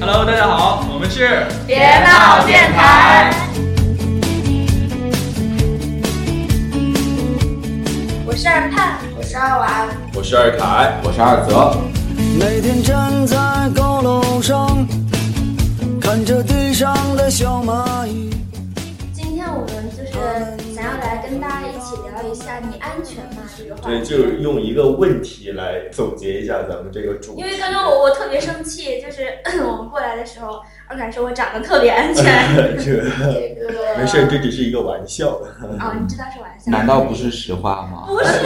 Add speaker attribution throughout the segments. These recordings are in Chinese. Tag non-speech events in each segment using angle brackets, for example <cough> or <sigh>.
Speaker 1: Hello，大家好，我们是
Speaker 2: 别闹电台。我是二盼，我是二娃，
Speaker 3: 我是二凯，我是二泽。
Speaker 4: 每天站在高楼上，看着地上的小蚂蚁。
Speaker 2: 今天我们就是想要来跟大家一起聊一下你安全吗这个话题。
Speaker 3: 对，就是用一个问题来总结一下咱们这个主题。
Speaker 2: 因为刚
Speaker 3: <laughs>
Speaker 2: 刚我我特别生气，就是 <laughs> 我们过来的时候，二凯说我长得特别安全。
Speaker 3: 这个
Speaker 2: 这个
Speaker 3: 没事，这只是一个玩笑。
Speaker 2: 哦，你知道是玩笑。
Speaker 5: 难道不是实话吗？
Speaker 2: 不是？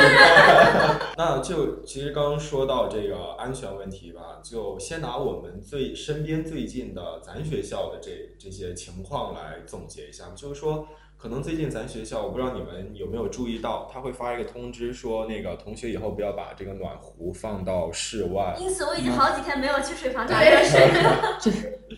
Speaker 3: <laughs> 那就其实刚刚说到这个安全问题吧，就先拿我们最身边最近的咱学校的这这些情况来总结一下，就是说。可能最近咱学校，我不知道你们有没有注意到，他会发一个通知说，那个同学以后不要把这个暖壶放到室外。
Speaker 2: 因此我已经好几天没有去水房打热水了。
Speaker 5: 这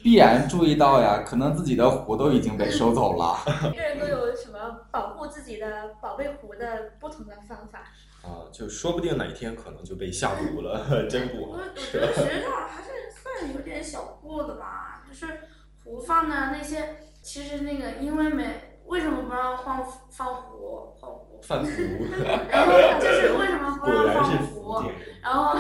Speaker 5: 必然注意到呀，可能自己的壶都已经被收走了。
Speaker 3: <laughs>
Speaker 2: 每个人都有什么保护自己的宝贝壶的不同的方法。
Speaker 3: 啊，就说不定哪天可能就被下毒了， <laughs> 真不
Speaker 2: <laughs>
Speaker 6: 我
Speaker 2: 啊
Speaker 3: 好。
Speaker 6: 我觉得学校还是算有点小过的吧，就是胡放的那些，其实那个因为没为什么不让放放胡放胡，
Speaker 3: 贩毒，
Speaker 6: 然后就是为什么不
Speaker 3: 果
Speaker 6: 让
Speaker 3: 然
Speaker 6: 放
Speaker 3: 是
Speaker 6: 胡
Speaker 3: 福，建人。
Speaker 6: 然后，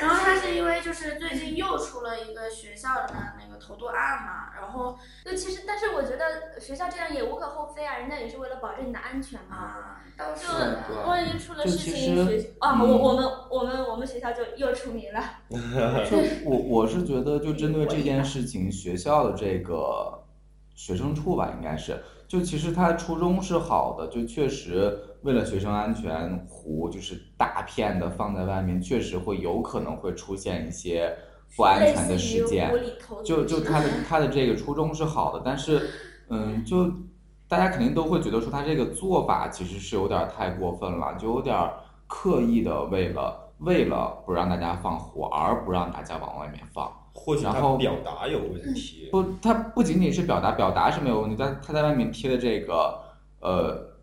Speaker 6: 然后他是因为就是最近又出了一个学校的那个投毒案嘛，然后
Speaker 2: 对，其实但是我觉得学校这样也无可厚非啊，人家也是为了保证你的安全嘛。
Speaker 6: 啊，到时
Speaker 2: 就
Speaker 6: 候
Speaker 2: 万一出了
Speaker 5: 就
Speaker 2: 事
Speaker 5: 其
Speaker 2: 情，
Speaker 5: 实
Speaker 2: 学啊，
Speaker 5: 嗯
Speaker 2: 我我们我们我们学校就又出名了。
Speaker 5: 就我我是觉得，就针对这件事情，学校的这个学生处吧，应该是，就其实他初衷是好的，就确实为了学生安全，壶就是大片的放在外面，确实会有可能会出现一些不安全的事件
Speaker 2: 类似于无。厘头
Speaker 5: 就就他的他的这个初衷是好的，但是，嗯，就大家肯定都会觉得说他这个做法其实是有点儿太过分了，就有点儿刻意的为了为了不让大家放火而不让大家往外面放。
Speaker 3: 或许
Speaker 5: 然
Speaker 3: 他
Speaker 5: 后
Speaker 3: 表达有
Speaker 2: 嗯
Speaker 3: 问题，
Speaker 5: 不，他不仅仅是表达，表达是没有问题，但他在外面贴的这个呃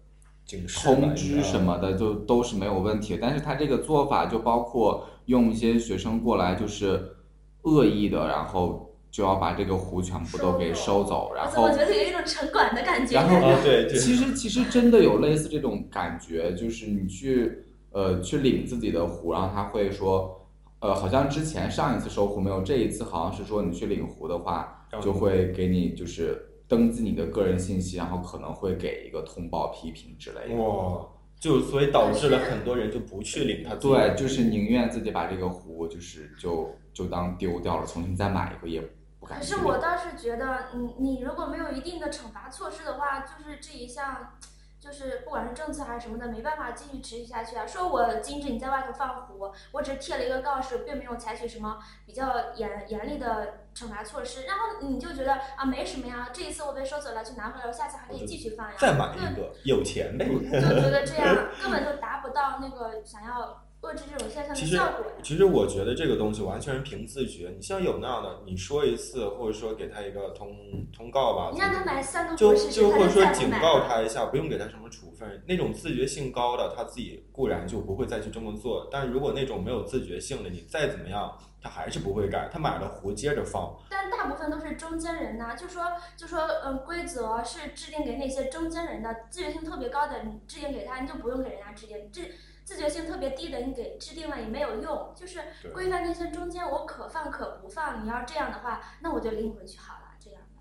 Speaker 3: 警示
Speaker 5: 通知什么的就都是没有问题，但是他这个做法就包括用一些学生过来就是恶意的，然后就要把这个壶全部都给收走，然
Speaker 2: 我怎
Speaker 5: 后
Speaker 2: 么觉得有一种城管的感觉？
Speaker 5: 然后
Speaker 3: 啊，
Speaker 5: <laughs>
Speaker 3: 对对，
Speaker 5: 其实其实真的有类似这种感觉，就是你去呃去领自己的壶，然后他会说，呃，好像之前上一次收壶没有，这一次好像是说你去领壶的话
Speaker 3: 让，你
Speaker 5: 就会给你就是登记你的个人信息，然后可能会给一个通报批评之类的。
Speaker 3: 哇，就所以导致了很多人就不去领他自己的
Speaker 5: 对，就是宁愿自己把这个壶就是就就当丢掉了，重新再买一个也不敢
Speaker 2: 可
Speaker 5: 去
Speaker 2: 是
Speaker 5: 领。
Speaker 2: 我倒是觉得，你你如果没有一定的惩罚措施的话，就是这一项，就是不管是政策还是什么的，没办法继续持续下去啊。说我禁止你在外头放火，我只是贴了一个告示，并没有采取什么比较严严厉的惩罚措施，然后你就觉得啊没什么呀，这一次我被收走了就拿回来，我下次还可以继续放呀。
Speaker 3: 再买一
Speaker 2: 嗯
Speaker 3: 个，有钱呗。
Speaker 2: 对，就觉得这
Speaker 3: <laughs>
Speaker 2: 样根本就达不到那个想要遏制这种现象的
Speaker 3: 其实
Speaker 2: 效果呀。
Speaker 3: 其实我觉得这个东西完全是凭自觉。你像有那样的，你说一次，或者说给他一个通通告吧，
Speaker 2: 你让他买三个
Speaker 3: 就
Speaker 2: 博士
Speaker 3: 就
Speaker 2: 生，
Speaker 3: 或
Speaker 2: 他
Speaker 3: 者说
Speaker 2: 再不
Speaker 3: 警
Speaker 2: 买
Speaker 3: 告
Speaker 2: 了
Speaker 3: 他一下，不用给他什么处分。那种自觉性高的，他自己固然就不会再去这么做，但如果那种没有自觉性的，你再怎么样，他还是不会改。他买了壶接着放，
Speaker 2: 但大部分都是中间人呐、就说就说，嗯，规则是制定给那些中间人的，自觉性特别高的，你制定给他，你就不用给人家制定；自自觉性特别低的，你给制定了也没有用。就是
Speaker 3: 对
Speaker 2: 规范那些中间，我可放可不放。你要这样的话，那我就领回去好了。这样的，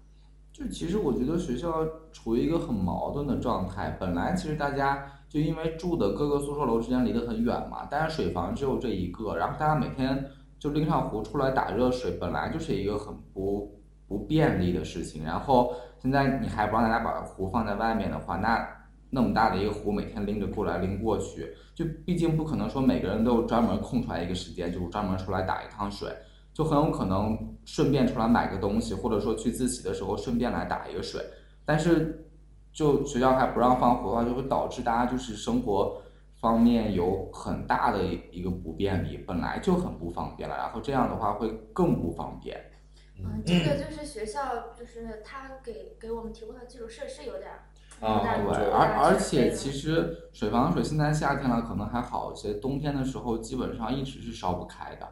Speaker 5: 就其实我觉得学校处于一个很矛盾的状态。本来其实大家就因为住的各个宿舍楼之间离得很远嘛，但是水房只有这一个，然后大家每天就拎上壶出来打热水，本来就是一个很不不便利的事情。然后现在你还不让大家把壶放在外面的话，那那么大的一个壶每天拎着过来拎过去，就毕竟不可能说每个人都专门空出来一个时间，就专门出来打一趟水。就很有可能顺便出来买个东西，或者说去自习的时候顺便来打一个水。但是，就学校还不让放火的话，就会导致大家就是生活方面有很大的一个不便利，本来就很不方便了，然后这样的话会更不方便。
Speaker 2: 嗯，这个就是学校，就是他给给我们提供的基础设施有点儿
Speaker 3: 啊
Speaker 2: 有点儿
Speaker 3: 我觉
Speaker 5: 对，
Speaker 3: 得
Speaker 5: 而而且其
Speaker 2: 实
Speaker 5: 实水房水现在夏天了可能还好一些，冬天的时候基本上一直是烧不开的。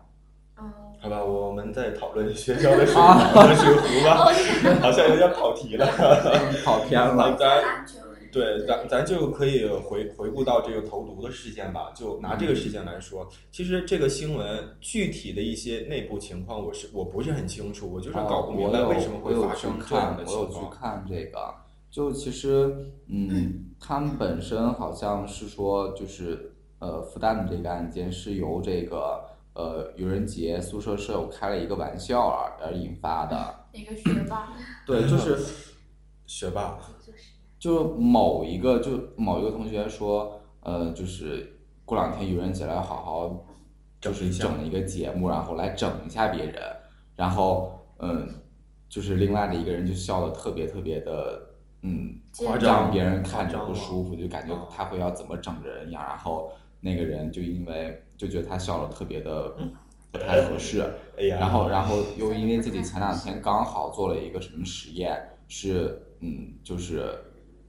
Speaker 2: 嗯，
Speaker 3: 好吧，我们再讨论学校
Speaker 2: <laughs>
Speaker 3: 的水和水
Speaker 2: 哦
Speaker 3: 壶吧，好像有点跑题了。
Speaker 5: <laughs> 跑偏了。
Speaker 3: 咱
Speaker 6: 安全问题。
Speaker 3: 对，咱咱就可以回回顾到这个投毒的事件吧。就拿这个事件来说，其实这个新闻具体的一些内部情况，我是我不是很清楚，我
Speaker 5: 啊
Speaker 3: 就是搞不明白为什么会发生这样的
Speaker 5: 我有去看我有
Speaker 3: 情
Speaker 5: 去
Speaker 3: 况。
Speaker 5: 看这个，就其实，嗯，他们本身好像是说，就是呃，复旦的这个案件是由这个呃愚人节宿舍舍友开了一个玩笑而而引发的。
Speaker 6: 哪个学霸？
Speaker 5: 对，就是
Speaker 3: <laughs> 学霸，
Speaker 2: 就是
Speaker 5: 就某一个就某一个同学说，呃，就是过两天愚人节来好好就是整一个节目，然后来整一下别人，然后嗯，就是另外的一个人就笑的特别特别的嗯
Speaker 3: 夸张
Speaker 5: 让别人看着
Speaker 3: 夸张
Speaker 5: 不
Speaker 3: 了
Speaker 5: 舒服，就感觉
Speaker 3: 啊
Speaker 5: 他会要怎么整人一样，然后那个人就因为就觉得他笑的特别的不太合适，
Speaker 3: 哎呀，
Speaker 5: 然后，然后又因为自己前两天刚好做了一个什么实验，是嗯，就是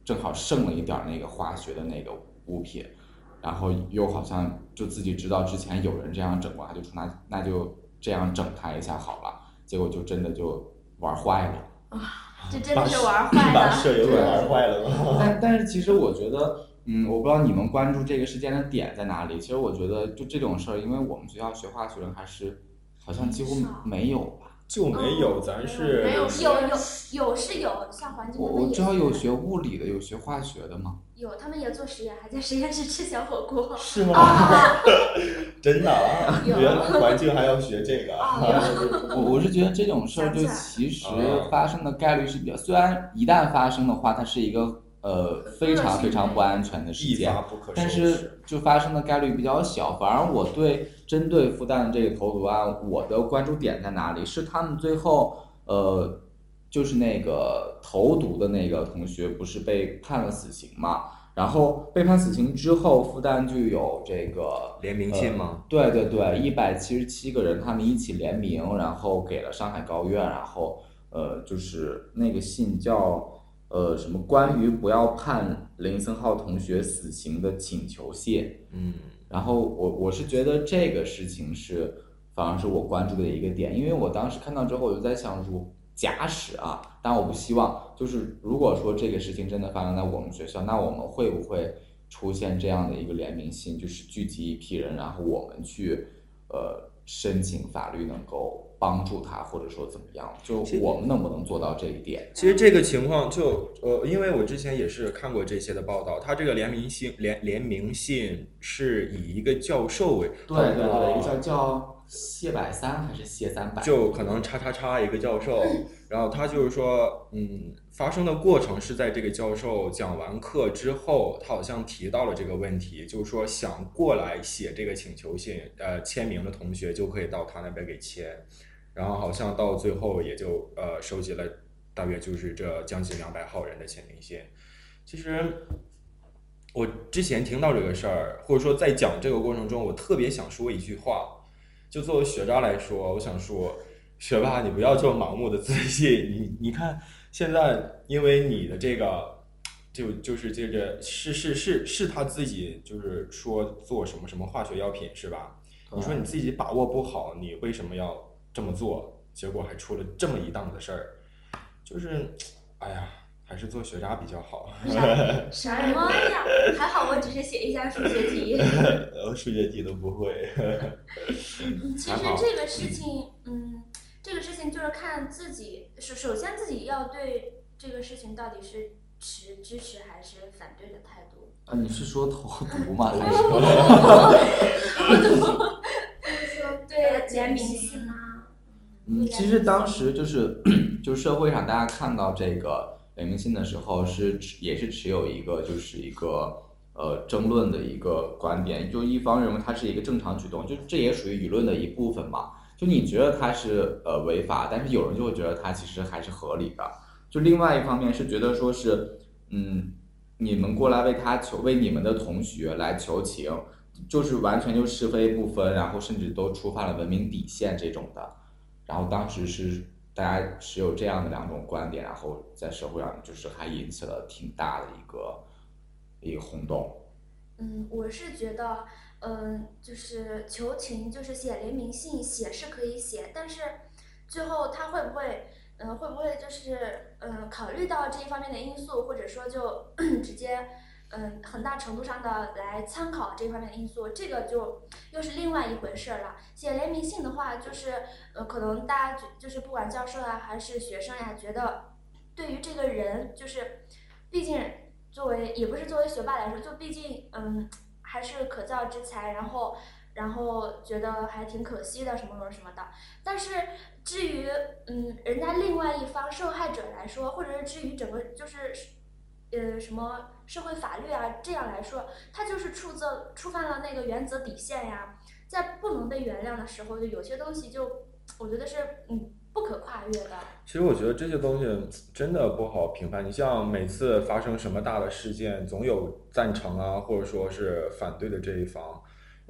Speaker 5: 正好剩了一点儿那个化学的那个物品，然后又好像就自己知道之前有人这样整过，他就说那那就这样整他一下好了，结果就真的就玩坏了。
Speaker 2: 这真的是玩坏
Speaker 3: 把
Speaker 2: 了。
Speaker 3: 舍友给玩坏了吗？
Speaker 5: 但哎但是其实我觉得，嗯，我不知道你们关注这个事件的点在哪里。其实我觉得就这种事儿，因为我们学校学化学人还是好像几乎
Speaker 6: 少
Speaker 5: 没有吧。
Speaker 3: 就没有，咱是
Speaker 6: 没有
Speaker 2: 嗯有有有是有，像环境
Speaker 5: 我
Speaker 2: 他们
Speaker 5: 我
Speaker 2: 也
Speaker 5: 知道
Speaker 2: 是
Speaker 5: 有学物理的，有学化学的嘛。
Speaker 2: 有，他们也做实验，还在实验室吃小火
Speaker 5: <laughs>
Speaker 2: 锅。
Speaker 3: 是吗？ <laughs> 真的
Speaker 2: 哦
Speaker 3: 啊，
Speaker 2: 有哦
Speaker 3: 原来环境还要学这个啊。
Speaker 5: 我我是觉得这种事儿
Speaker 6: 想
Speaker 5: 就
Speaker 6: 起来了
Speaker 5: 其实
Speaker 3: 啊
Speaker 5: 发生的概率是比较，虽然一旦发生的话，它是一个呃非常非常不安全的事
Speaker 3: <laughs> 一
Speaker 5: 件
Speaker 3: 发，不可收
Speaker 5: 但
Speaker 3: 拾
Speaker 5: 是。就发生的概率比较小。反而我对针对复旦的这个投毒案，我的关注点在哪里？是他们最后呃，就是那个投毒的那个同学不是被判了死刑嘛？然后被判死刑之后，复旦就有这个
Speaker 3: 联名信吗？
Speaker 5: 对对对，一百七十七个人，他们一起联名，然后给了上海高院，然后呃，就是那个信叫呃什么关于不要判林森浩同学死刑的请求信。
Speaker 3: 嗯，
Speaker 5: 然后我我是觉得这个事情是，反而是我关注的一个点，因为我当时看到之后，我就在想，如假使啊，但我不希望，就是如果说这个事情真的发生在我们学校，那我们会不会出现这样的一个联名信，就是聚集一批人，然后我们去呃申请法律能够帮助他，或者说怎么样，就
Speaker 3: 其实
Speaker 5: 我们能不能做到这一点？
Speaker 3: 其实这个情况就呃，因为我之前也是看过这些的报道，他这个联名信联联名信是以一个教授为
Speaker 5: 一个叫叫谢百三还是谢三百？
Speaker 3: 就可能叉叉叉一个教授，然后他就是说，嗯，发生的过程是在这个教授讲完课之后，他好像提到了这个问题，就是说想过来写这个请求信，呃，签名的同学就可以到他那边给签，然后好像到最后也就呃收集了大约就是这将近两百号人的签名信，其实。我之前听到这个事儿，或者说在讲这个过程中，我特别想说一句话，就作为学渣来说，我想说，学霸你不要这么盲目的自信。你你看现在，因为你的这个，就就是这个是是是是他自己就是说做什么什么化学药品是吧？你说你自己把握不好，你为什么要这么做？结果还出了这么一档子事儿，就是，哎呀，还是做学渣比较好。
Speaker 2: 啥啊什么呀？还好我只是写一下数学
Speaker 5: <laughs>
Speaker 2: <laughs> 题。
Speaker 3: 呃，数学题都不会。
Speaker 2: 嗯，其
Speaker 5: 还
Speaker 2: 实
Speaker 5: 好
Speaker 2: 这个事情，嗯，这个事情就是看自己，首首先自己要对这个事情到底是持支持还是反对的态度。
Speaker 5: 呃，你是说投毒吗？ <laughs> 还是
Speaker 2: 对
Speaker 6: 联
Speaker 2: 联
Speaker 6: 名
Speaker 2: 名
Speaker 6: 信
Speaker 2: 信
Speaker 6: 啊，
Speaker 5: 嗯，
Speaker 2: 应该
Speaker 5: 其实当时就是 <clears throat> 就是社会上大家看到这个联名信的时候是持，也是持有一个就是一个呃争论的一个观点，就一方认为它是一个正常举动，就这也属于舆论的一部分嘛。就你觉得它是呃违法，但是有人就会觉得它其实还是合理的。就另外一方面是觉得说是，嗯，你们过来为他求为你们的同学来求情，就是完全就是非不分，然后甚至都触犯了文明底线这种的。然后当时是大家持有这样的两种观点，然后在社会上就是还引起了挺大的一个一个轰动。
Speaker 2: 嗯，我是觉得，嗯、嗯，就是求情，就是写联名信，写是可以写，但是最后他会不会，嗯、会不会就是嗯、考虑到这一方面的因素，或者说就 <coughs> 直接嗯很大程度上的来参考这方面的因素，这个就又是另外一回事儿了。写联名信的话，就是呃，可能大家觉就是不管教授啊还是学生呀、觉得对于这个人，就是毕竟作为也不是作为学霸来说，就毕竟嗯还是可造之才，然后然后觉得还挺可惜的什么什么什么的。但是至于嗯人家另外一方受害者来说，或者是至于整个就是呃什么社会法律啊这样来说，他就是触则触犯了那个原则底线呀，在不能被原谅的时候，就有些东西就我觉得是嗯不可跨越的。
Speaker 3: 其实我觉得这些东西真的不好评判。你像每次发生什么大的事件，总有赞成啊，或者说是反对的这一方。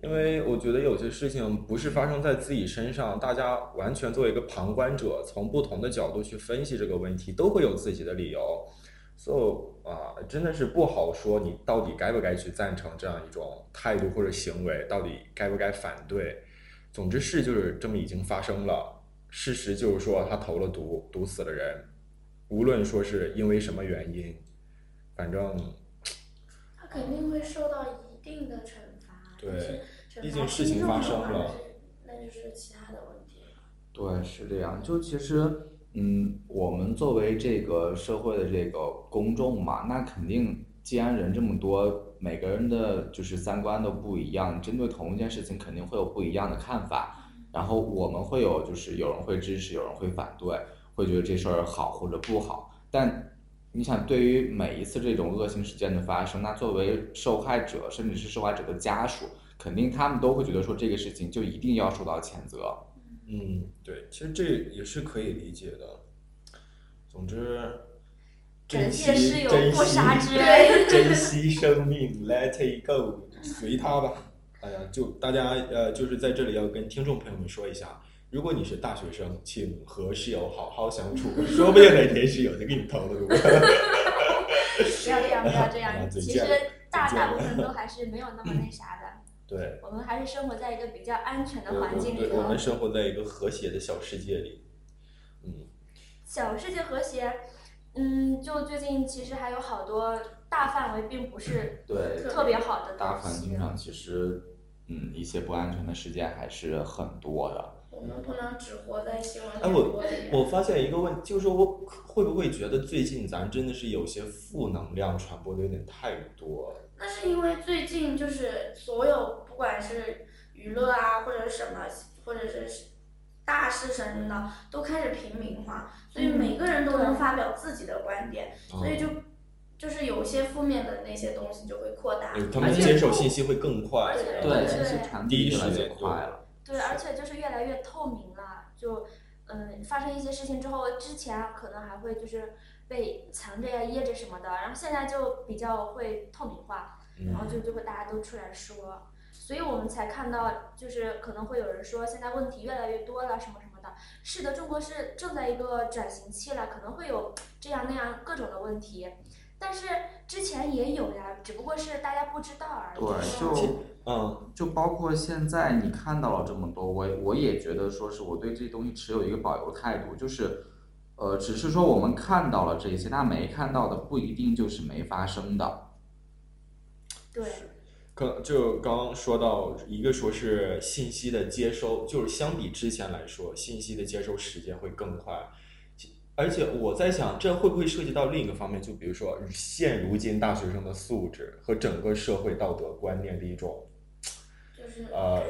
Speaker 3: 因为我觉得有些事情不是发生在自己身上，大家完全作为一个旁观者，从不同的角度去分析这个问题，都会有自己的理由。所以啊，真的是不好说你到底该不该去赞成这样一种态度或者行为，到底该不该反对。总之事就是这么已经发生了，事实就是说他投了毒，毒死了人，无论说是因为什么原因，反正
Speaker 6: 他肯定会受到一定的惩罚。
Speaker 3: 对
Speaker 6: 但是惩罚
Speaker 3: 毕竟事情发生
Speaker 6: 轻重的
Speaker 3: 了
Speaker 6: 话那就是，那就是其他的问题了。
Speaker 5: 对，是这样。就其实，嗯，我们作为这个社会的这个公众嘛，那肯定，既然人这么多，每个人的就是三观都不一样，针对同一件事情肯定会有不一样的看法。然后我们会有，就是有人会支持，有人会反对，会觉得这事儿好或者不好。但你想，对于每一次这种恶性事件的发生，那作为受害者，甚至是受害者的家属，肯定他们都会觉得说这个事情就一定要受到谴责。
Speaker 3: 嗯，对，其实这也是可以理解的。总之，珍
Speaker 2: 人
Speaker 3: 惜
Speaker 2: 界是有
Speaker 3: 珍
Speaker 2: 不
Speaker 3: 惜
Speaker 2: 杀之恩。
Speaker 3: <laughs> 珍惜生命，Let it go，随它吧。哎呀，就大家呃，就是在这里要跟听众朋友们说一下，如果你是大学生，请和室友好好相
Speaker 6: <laughs>
Speaker 3: 处，说不定哪天室友就给你投了毒。
Speaker 2: 不要这样，不要这
Speaker 3: <laughs> 啊
Speaker 2: 样。
Speaker 3: 嘴
Speaker 2: 其
Speaker 3: 贱
Speaker 2: 实
Speaker 3: 了
Speaker 2: 大
Speaker 3: 嘴
Speaker 2: 大
Speaker 3: 贱
Speaker 2: 部
Speaker 3: 了嗯
Speaker 2: 分都还是没有那么那啥的。
Speaker 3: 对，
Speaker 2: 我们还是生活在一个比较安全的
Speaker 3: 我
Speaker 2: 环境里
Speaker 3: 对，我
Speaker 2: 头
Speaker 3: 们，生活在一个和谐的小世界里。嗯，
Speaker 2: 小世界和谐。嗯，就最近其实还有好多大范围并不是
Speaker 5: 对
Speaker 2: 特别好的
Speaker 5: 大
Speaker 2: 东
Speaker 5: 环
Speaker 2: 西
Speaker 5: 境。上其实，嗯，一些不安全的事件还是很多的。
Speaker 6: 我们不能只活在新闻
Speaker 3: 哎
Speaker 6: 联
Speaker 3: 我
Speaker 6: 播里面。
Speaker 3: 我发现一个问，就是说我会不会觉得最近咱真的是有些负能量传播的有点太多了？
Speaker 6: 那是因为最近就是所有不管是娱乐啊，或者是什么，或者是大事什么的，都开始平民化，所以
Speaker 2: 嗯
Speaker 6: 每个人都能
Speaker 2: 对
Speaker 6: 发表自己的观点，所以
Speaker 3: 嗯
Speaker 6: 就就是有些负面的那些东西就会扩大，
Speaker 3: 嗯他
Speaker 6: 而
Speaker 3: 们
Speaker 6: 且
Speaker 3: 接
Speaker 6: 不
Speaker 3: 受信息会更快。
Speaker 6: 对
Speaker 3: 然后
Speaker 5: 对，
Speaker 2: 对
Speaker 5: 信息传递越来越快了。
Speaker 2: 对，而且就是越来越透明了。就嗯，发生一些事情之后，之前啊可能还会就是被藏着呀、掖着什么的，然后现在就比较会透明化。然后
Speaker 3: 嗯，
Speaker 2: 就就会大家都出来说，所以我们才看到，就是可能会有人说现在问题越来越多了，什么什么的。是的，中国是正在一个转型期了，可能会有这样那样各种的问题，但是之前也有呀，只不过是大家不知道而已。
Speaker 5: 对，就
Speaker 3: 嗯，
Speaker 5: 就包括现在你看到了这么多，我我也觉得说是我对这东西持有一个保留态度，就是，呃，只是说我们看到了这些，但没看到的不一定就是没发生的。
Speaker 2: 对，
Speaker 3: 刚就刚刚说到一个说是信息的接收，就是相比之前来说，信息的接收时间会更快。其而且我在想，这会不会涉及到另一个方面？就比如说，现如今大学生的素质和整个社会道德观念的一种，
Speaker 6: 就是
Speaker 3: 呃，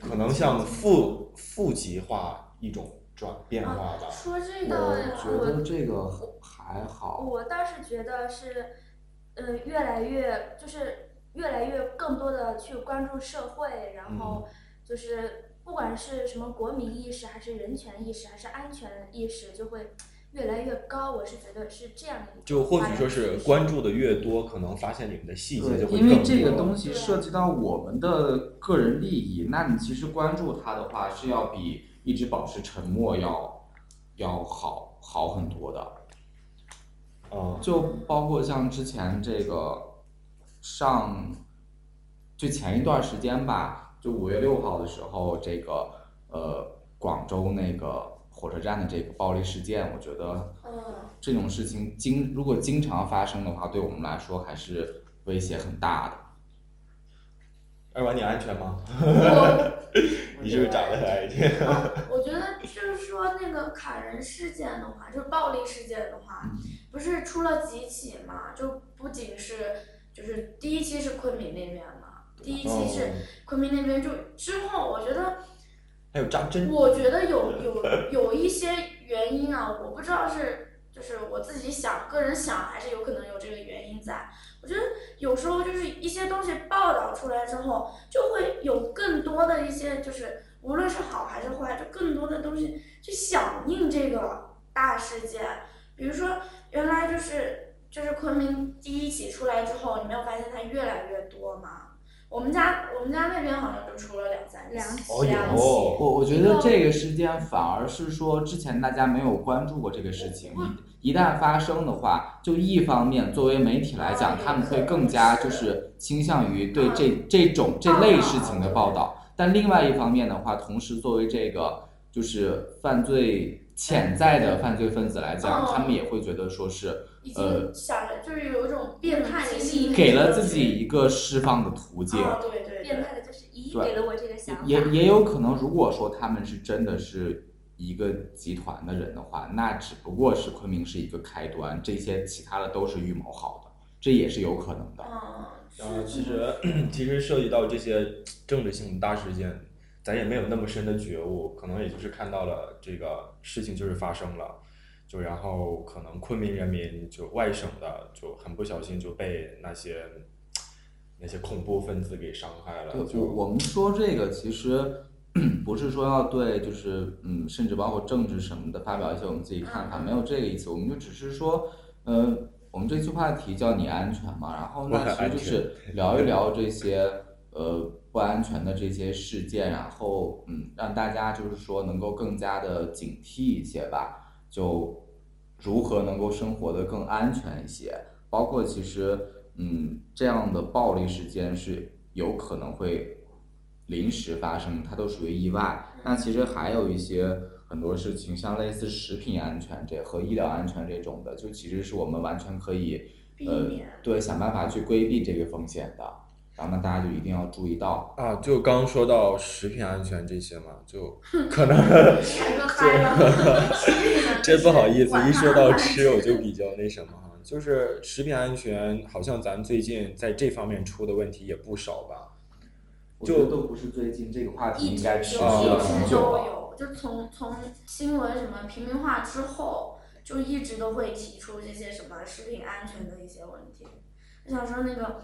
Speaker 3: 可能像负负极化一种转变化吧。
Speaker 6: 说这
Speaker 5: 我
Speaker 6: 个
Speaker 5: 觉得这个还好。
Speaker 2: 我倒是觉得是，呃，越来越就是越来越更多的去关注社会，然后
Speaker 5: 嗯
Speaker 2: 就是不管是什么国民意识，还是人权意识，还是安全意识，就会越来越高。我是觉得是这样的一种
Speaker 3: 就或
Speaker 2: 发
Speaker 3: 许
Speaker 2: 展
Speaker 3: 说
Speaker 2: 趋势
Speaker 3: 是关注的越多，可能发现里面的细节就会
Speaker 5: 因
Speaker 3: 更
Speaker 5: 为
Speaker 3: 多。
Speaker 5: 这个东西
Speaker 2: 对
Speaker 5: 涉及到我们的个人利益，那你其实关注它的话，是要比一直保持沉默要要好好很多的。
Speaker 3: 嗯，
Speaker 5: 就包括像之前这个上，就前一段时间吧，就五月六号的时候，这个呃广州那个火车站的这个暴力事件，我觉得
Speaker 6: 嗯，
Speaker 5: 这种事情经如果经常发生的话，对我们来说还是威胁很大的。
Speaker 3: 二娃，你安全吗？ <laughs>
Speaker 6: 我
Speaker 3: 你是不是长得可爱一点？
Speaker 6: 啊我觉得就是说那个砍人事件的话，就是暴力事件的话，不是出了几起嘛？就不仅是就是第一期是昆明那边嘛，第一期
Speaker 3: 哦
Speaker 6: 是昆明那边就之后，我觉得
Speaker 3: 还有扎针，
Speaker 6: 我觉得有有有一些原因啊，我不知道是就是我自己想个人想，还是有可能有这个原因在。我觉得有时候就是一些东西报道出来之后，就会有更多的一些就是无论是好还是坏，就更多的东西去响应这个大事件。比如说，原来就是就是昆明第一起出来之后，你没有发现它越来越多吗？我们家我们家那边好像就出了两三
Speaker 2: 两
Speaker 6: 起
Speaker 3: 哦有
Speaker 6: 两起。
Speaker 5: 我我觉得这个事件反而是说之前大家没有关注过这个事情，一一旦发生的话，就一方面作为媒体来讲，他们会更加就是倾向于对这这种这类事情的报道，但另外一方面的话，同时作为这个就是犯罪潜在的犯罪分子来讲，他们也会觉得说是
Speaker 6: 已
Speaker 5: 呃
Speaker 6: 经想着就是有一种变态的心理，
Speaker 5: 给了自己一个释放的途径。
Speaker 2: 哦
Speaker 6: 啊，对对
Speaker 2: 变
Speaker 6: 对，
Speaker 2: 态的就是咦，
Speaker 5: 对
Speaker 2: 给了我这个想法。
Speaker 5: 也也有可能，如果说他们是真的是一个集团的人的话，那只不过是昆明是一个开端，这些其他的都是预谋好的，这也是有可能的。
Speaker 6: 嗯，
Speaker 3: 然后其
Speaker 6: 是
Speaker 3: 实 <clears throat> 其实涉及到这些政治性的大事件，咱也没有那么深的觉悟，可能也就是看到了这个事情就是发生了，就然后可能昆明人民就外省的就很不小心就被那些那些恐怖分子给伤害了，
Speaker 5: 对，
Speaker 3: 就
Speaker 5: 我我们说这个其实 <clears throat> 不是说要对，就是嗯，甚至包括政治什么的发表一些我们自己看法，没有这个意思。我们就只是说，呃，我们这期话题叫“你安全吗？”然后
Speaker 3: 我
Speaker 5: 那
Speaker 3: 很
Speaker 5: 其实就
Speaker 3: 安全
Speaker 5: 是聊一聊这些呃不安全的这些事件，然后嗯，让大家就是说能够更加的警惕一些吧，就如何能够生活的更安全一些。包括其实，嗯，这样的暴力事件是有可能会临时发生，它都属于意外。那其实还有一些很多事情，像类似食品安全这和医疗安全这种的，就其实是我们完全可以，
Speaker 6: 避
Speaker 5: 呃
Speaker 6: 免，
Speaker 5: 对，想办法去规避这个风险的。然后呢，大家就一定要注意到。
Speaker 3: 啊，就刚刚说到食品安全这些嘛，
Speaker 6: <laughs>
Speaker 3: 就可能
Speaker 6: 全都嗨了， <laughs>
Speaker 3: 真不好意思，一说到吃我就比较那什么哈，就是食品安全，好像咱最近在这方面出的问题也不少吧？
Speaker 5: 我
Speaker 3: 就
Speaker 5: 觉得都不是最近这个话题
Speaker 2: 一
Speaker 5: 应
Speaker 2: 直
Speaker 5: 该
Speaker 2: 都
Speaker 5: 持续
Speaker 3: 是
Speaker 5: 了
Speaker 6: 一
Speaker 5: 很
Speaker 6: 直
Speaker 5: 久
Speaker 6: 都
Speaker 5: 了。
Speaker 6: 有，就从从新闻什么平民化之后，就一直都会提出这些什么食品安全的一些问题。我想说那个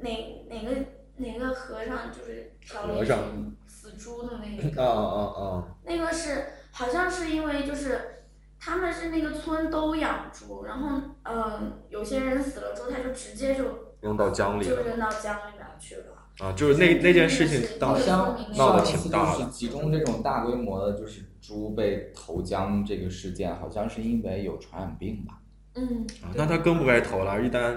Speaker 6: 哪哪个哪个和尚就是调
Speaker 3: 和
Speaker 6: 理
Speaker 3: 尚
Speaker 6: 死猪的那
Speaker 3: 啊
Speaker 6: 个，
Speaker 3: 啊啊！
Speaker 6: 那个是好像是因为就是他们是那个村都养猪，然后嗯、呃有些人死了之后，他就直接就
Speaker 3: 扔到江里
Speaker 6: 就
Speaker 3: 了
Speaker 6: 扔到江里面去了。
Speaker 3: 啊！就是那那件事情
Speaker 5: 好
Speaker 3: 当时啊
Speaker 5: 像
Speaker 3: 闹得
Speaker 5: 上一次就
Speaker 3: 挺大
Speaker 5: 是
Speaker 3: 的，
Speaker 5: 集中这种大规模的，就是猪被投江这个事件，好像是因为有传染病吧？
Speaker 2: 嗯，
Speaker 3: 啊那他更不该投了，一旦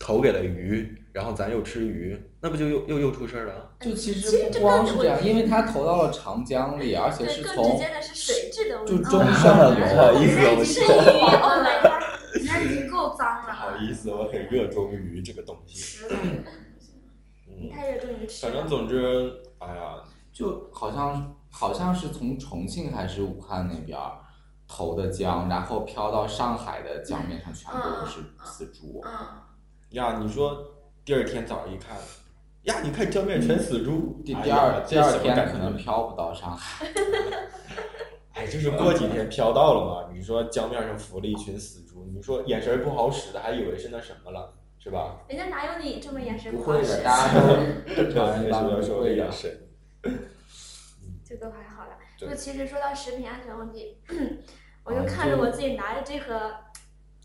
Speaker 3: 投给了鱼，然后咱又吃鱼，那不就又又又出事儿了？
Speaker 5: 就其
Speaker 2: 其
Speaker 5: 实
Speaker 2: 实
Speaker 5: 不
Speaker 2: 这
Speaker 5: 光
Speaker 2: 个
Speaker 5: 是
Speaker 2: 我
Speaker 5: 这样，因为它投到了长江里，而且
Speaker 2: 对，
Speaker 5: 是
Speaker 2: 更直
Speaker 5: 从
Speaker 2: 接的是水质的问
Speaker 5: 就
Speaker 2: 题。嗯
Speaker 5: 中上
Speaker 3: 不好
Speaker 5: 游。
Speaker 3: 意思，
Speaker 6: <laughs>
Speaker 2: 是
Speaker 3: 我是
Speaker 2: 鱼
Speaker 6: Oh my
Speaker 2: ，Oh
Speaker 6: god！人家已经够脏
Speaker 3: 不好
Speaker 6: 了，
Speaker 3: 意思，我很热衷于这个东西。
Speaker 6: 吃了这个东西。
Speaker 2: <laughs>
Speaker 3: 嗯，
Speaker 2: 太热衷于吃
Speaker 3: 反正
Speaker 2: 了。
Speaker 3: 总之，哎呀，
Speaker 5: 就好像好像是从重庆还是武汉那边儿投的江，然后飘到上海的江面上，全部都是死猪。
Speaker 6: 嗯，
Speaker 3: 呀，你说第二天早上一看，呀，你看江面全死猪。
Speaker 5: 嗯第
Speaker 3: 哎
Speaker 5: 第
Speaker 3: 呀
Speaker 5: 二第
Speaker 3: 这
Speaker 5: 二
Speaker 3: 什么
Speaker 5: 天
Speaker 3: 感
Speaker 5: 可能
Speaker 3: 觉
Speaker 5: 飘不到上海，
Speaker 3: 哎，就是过几天飘到了嘛。你说江面上浮了一群死猪，你说眼神不好使的，还以为是那什么了，是吧？
Speaker 2: 人家哪有你这么眼神
Speaker 5: 不
Speaker 2: 哎好
Speaker 5: 会
Speaker 2: 使
Speaker 5: 的，？大
Speaker 3: <laughs>
Speaker 5: 家都
Speaker 3: 正
Speaker 5: 正
Speaker 3: 常
Speaker 5: 常
Speaker 3: 人
Speaker 5: 人
Speaker 3: 是
Speaker 5: 一般
Speaker 3: 要
Speaker 5: 不
Speaker 3: 说这
Speaker 5: 会的
Speaker 3: 眼。神。
Speaker 2: 这都还好了。
Speaker 3: 对
Speaker 2: 就其实说到食品安全问题， <clears throat> 我
Speaker 5: 啊
Speaker 2: 就看着
Speaker 5: 就
Speaker 2: 我自己拿着这盒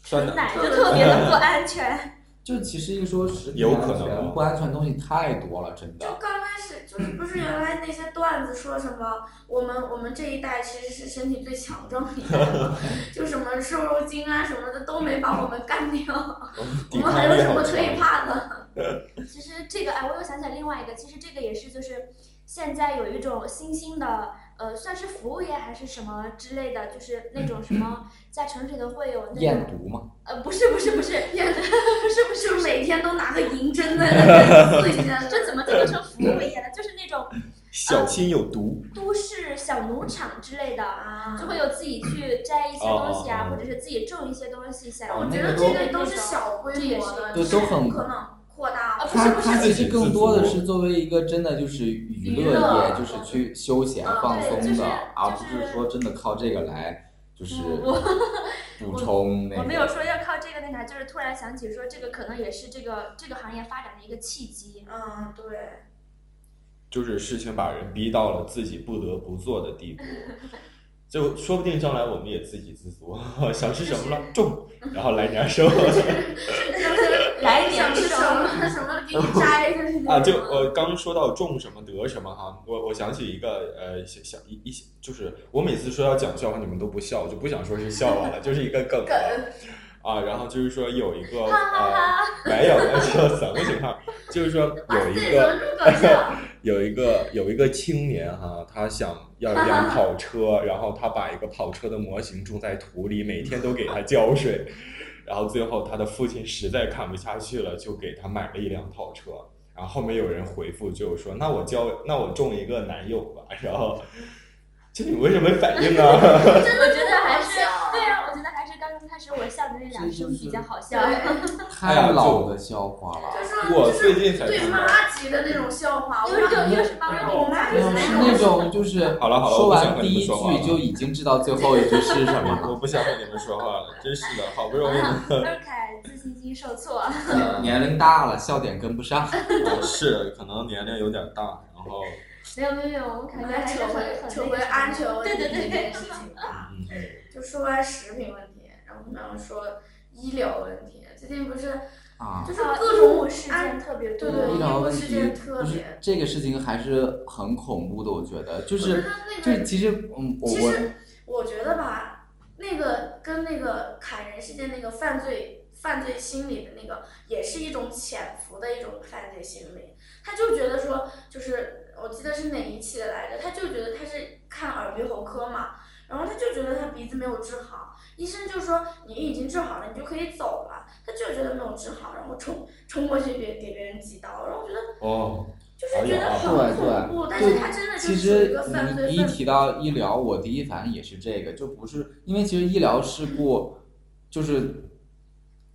Speaker 3: 酸
Speaker 2: 纯
Speaker 3: 奶
Speaker 2: 奶，就特别
Speaker 5: <laughs>
Speaker 2: 的不安全。
Speaker 5: 就其实一说食品
Speaker 3: 有可
Speaker 5: 安
Speaker 3: 能啊
Speaker 5: 全不安全的东西太多了，真的
Speaker 6: 就。刚开始就是不是原来那些段子说什么我们我们这一代其实是身体最强壮的一代
Speaker 3: <laughs>
Speaker 6: 嘛，就什么瘦肉精啊什么的都没把我们干掉，我
Speaker 3: 抵
Speaker 6: 们
Speaker 3: 抗
Speaker 6: 还有
Speaker 3: 力
Speaker 6: 什
Speaker 3: 好
Speaker 6: 么可以
Speaker 3: 强
Speaker 6: 怕的？
Speaker 2: 其实这个哎，我又想起来另外一个，其实这个也是就是现在有一种新兴的呃，算是服务业还是什么之类的，就是那种
Speaker 5: <laughs>
Speaker 2: 什么在城市里头会有那
Speaker 5: 验
Speaker 2: 种
Speaker 5: 毒嘛，
Speaker 2: 呃，不是不是不是，
Speaker 6: 不是不是每天都拿个银针在那刺一下，
Speaker 2: 这
Speaker 6: 这
Speaker 2: 怎么就变成服务业了？就是那种
Speaker 3: 小心有毒。
Speaker 2: 都市小农场之类的。
Speaker 6: 啊？
Speaker 2: 就会有自己去摘一些
Speaker 3: 哦
Speaker 2: 东西啊，
Speaker 3: 哦
Speaker 2: 或者是自己种一些东西，想
Speaker 5: 哦
Speaker 6: 我
Speaker 2: 要
Speaker 6: 觉得这个都是小规模的，
Speaker 5: 对
Speaker 6: 就是
Speaker 5: 都很
Speaker 6: 可能扩大
Speaker 2: 啊
Speaker 6: 了。
Speaker 2: 不
Speaker 5: 他
Speaker 2: 是不
Speaker 5: 他
Speaker 2: 是
Speaker 5: 其实更多的
Speaker 3: 自
Speaker 5: 是作为一个真的就是娱
Speaker 2: 娱
Speaker 5: 乐
Speaker 2: 乐啊
Speaker 5: 业，就是去休闲
Speaker 6: 嗯
Speaker 5: 放
Speaker 2: 对
Speaker 5: 松的，
Speaker 2: 就是
Speaker 5: 而
Speaker 2: 就
Speaker 5: 不是
Speaker 2: 是嗯
Speaker 5: 说真的靠这个来就是
Speaker 2: 我
Speaker 5: <laughs> 补充那
Speaker 2: 我
Speaker 5: 个。
Speaker 2: 没有说要靠这个那啥，就是突然想起说这个可能也是这个这个行业发展的一个契
Speaker 6: <laughs>
Speaker 2: 机。
Speaker 6: 嗯，对。
Speaker 3: 就是事情把人逼到了自己不得不做的地
Speaker 6: <laughs>
Speaker 3: 步，就说不定将来我们也自给自足， <laughs> 想吃什么了种，然后来年收
Speaker 2: 来
Speaker 6: 想
Speaker 2: 年
Speaker 6: 吃
Speaker 2: 是
Speaker 6: 什么什么给你摘一下去
Speaker 3: 啊。
Speaker 2: 嗯
Speaker 3: 就我刚说到种什么得什么哈，我我想起一个呃小小一一些，就是我每次说要讲笑话，你们都不笑，我就不想说是笑话了，就是一个
Speaker 2: <laughs>
Speaker 3: 梗
Speaker 6: 梗
Speaker 3: 了啊。然后就是说有一个
Speaker 2: 哈哈
Speaker 3: 呃
Speaker 2: 哈，啊
Speaker 3: 没有那就什么情况，就是说有一
Speaker 6: 对，
Speaker 3: 个
Speaker 6: 能入梗笑，
Speaker 3: 有一个有一个青年哈、他想要一辆跑车，然后他把一个跑车的模型种在土里，每天都给它浇水，然后最后他的父亲实在看不下去了，就给他买了一辆跑车。然后后面有人回复就说：“那我教，那我种一个男友吧。” <laughs> 然后，这你为什么没反应啊？
Speaker 2: 我觉得还是
Speaker 6: 真的好笑
Speaker 2: 对啊，我觉得还是刚刚开始我笑的那两
Speaker 5: 这就
Speaker 2: 声
Speaker 5: 是
Speaker 2: 比较好笑。 <laughs>
Speaker 6: 对，
Speaker 3: 哎呀
Speaker 5: 太
Speaker 3: 就
Speaker 5: 老的笑话了。
Speaker 6: 就是
Speaker 3: 我
Speaker 6: 就
Speaker 3: 最
Speaker 6: 是
Speaker 3: 近才
Speaker 6: 对
Speaker 3: 知道。
Speaker 6: 妈级的那种笑话，
Speaker 2: 又
Speaker 6: 我
Speaker 2: 又
Speaker 6: 让
Speaker 2: 又是妈妈给
Speaker 6: 我
Speaker 2: 我
Speaker 6: 妈
Speaker 2: 妈
Speaker 6: 就
Speaker 5: 嗯，
Speaker 6: 是
Speaker 5: 是
Speaker 6: 那
Speaker 5: 那种就是
Speaker 3: <laughs> 好了好了
Speaker 5: 说
Speaker 3: 我不想
Speaker 5: 完
Speaker 3: 和
Speaker 5: 第
Speaker 3: 你
Speaker 5: 一
Speaker 3: 们说话了
Speaker 5: 句就已经知道最后一句是什么
Speaker 3: <laughs> 我
Speaker 5: 了。
Speaker 3: 不想和你们说话了，真是的，好不容易
Speaker 2: 啊二凯自信心受挫，
Speaker 5: 年年龄大了，笑点跟不上。
Speaker 3: 我呃是可能年龄有点大，然后
Speaker 2: 没有没有没有，我们
Speaker 6: 可
Speaker 2: 凯
Speaker 6: 能
Speaker 2: 哥还是
Speaker 6: 扯
Speaker 2: 很
Speaker 6: 回
Speaker 2: 很
Speaker 6: 扯
Speaker 2: 那
Speaker 6: 回
Speaker 2: 个
Speaker 6: 安
Speaker 2: 什
Speaker 6: 全
Speaker 2: 么
Speaker 6: 问
Speaker 2: 对
Speaker 6: 题
Speaker 2: 对
Speaker 6: 这
Speaker 2: 对
Speaker 6: 件，事情吧。
Speaker 3: 嗯嗯
Speaker 6: 就说完食品问题，然后我们要说医疗问题。最近不是
Speaker 5: 啊，
Speaker 6: 就是
Speaker 2: 啊
Speaker 6: 各
Speaker 2: 医
Speaker 6: 种
Speaker 2: 务事
Speaker 6: 安
Speaker 2: 件特别多
Speaker 6: 对。对
Speaker 5: 医疗问
Speaker 6: 医
Speaker 5: 题
Speaker 6: 务事件特
Speaker 5: 不是
Speaker 6: 别
Speaker 5: 这个事情还是很恐怖的，我觉得就
Speaker 6: 我觉
Speaker 5: 是
Speaker 6: 得那
Speaker 5: 就
Speaker 6: 个
Speaker 5: 是其实嗯，我
Speaker 6: 其
Speaker 5: 我
Speaker 6: 实我觉得吧，那个跟那个砍人事件那个犯罪犯罪心理的那个，也是一种潜伏的一种犯罪心理。他就觉得说，就是我记得是哪一期的来着，他就觉得他是看耳鼻喉科嘛，然后他就觉得他鼻子没有治好，医生就说你已经治好了，你就可以走了。他就觉得没有治好，然后冲冲过去给给别人几刀，然后我觉得
Speaker 3: 哦，
Speaker 6: 就是觉得很
Speaker 5: 哎对
Speaker 6: 恐怖，但
Speaker 5: 对，
Speaker 6: 是
Speaker 5: 就
Speaker 6: 他真的就
Speaker 5: 其
Speaker 6: 是属于一
Speaker 5: 实
Speaker 6: 个犯罪
Speaker 5: 你一
Speaker 6: 分子。
Speaker 5: 提到医疗，我第一反应也是这个，就不是因为其实医疗事故就是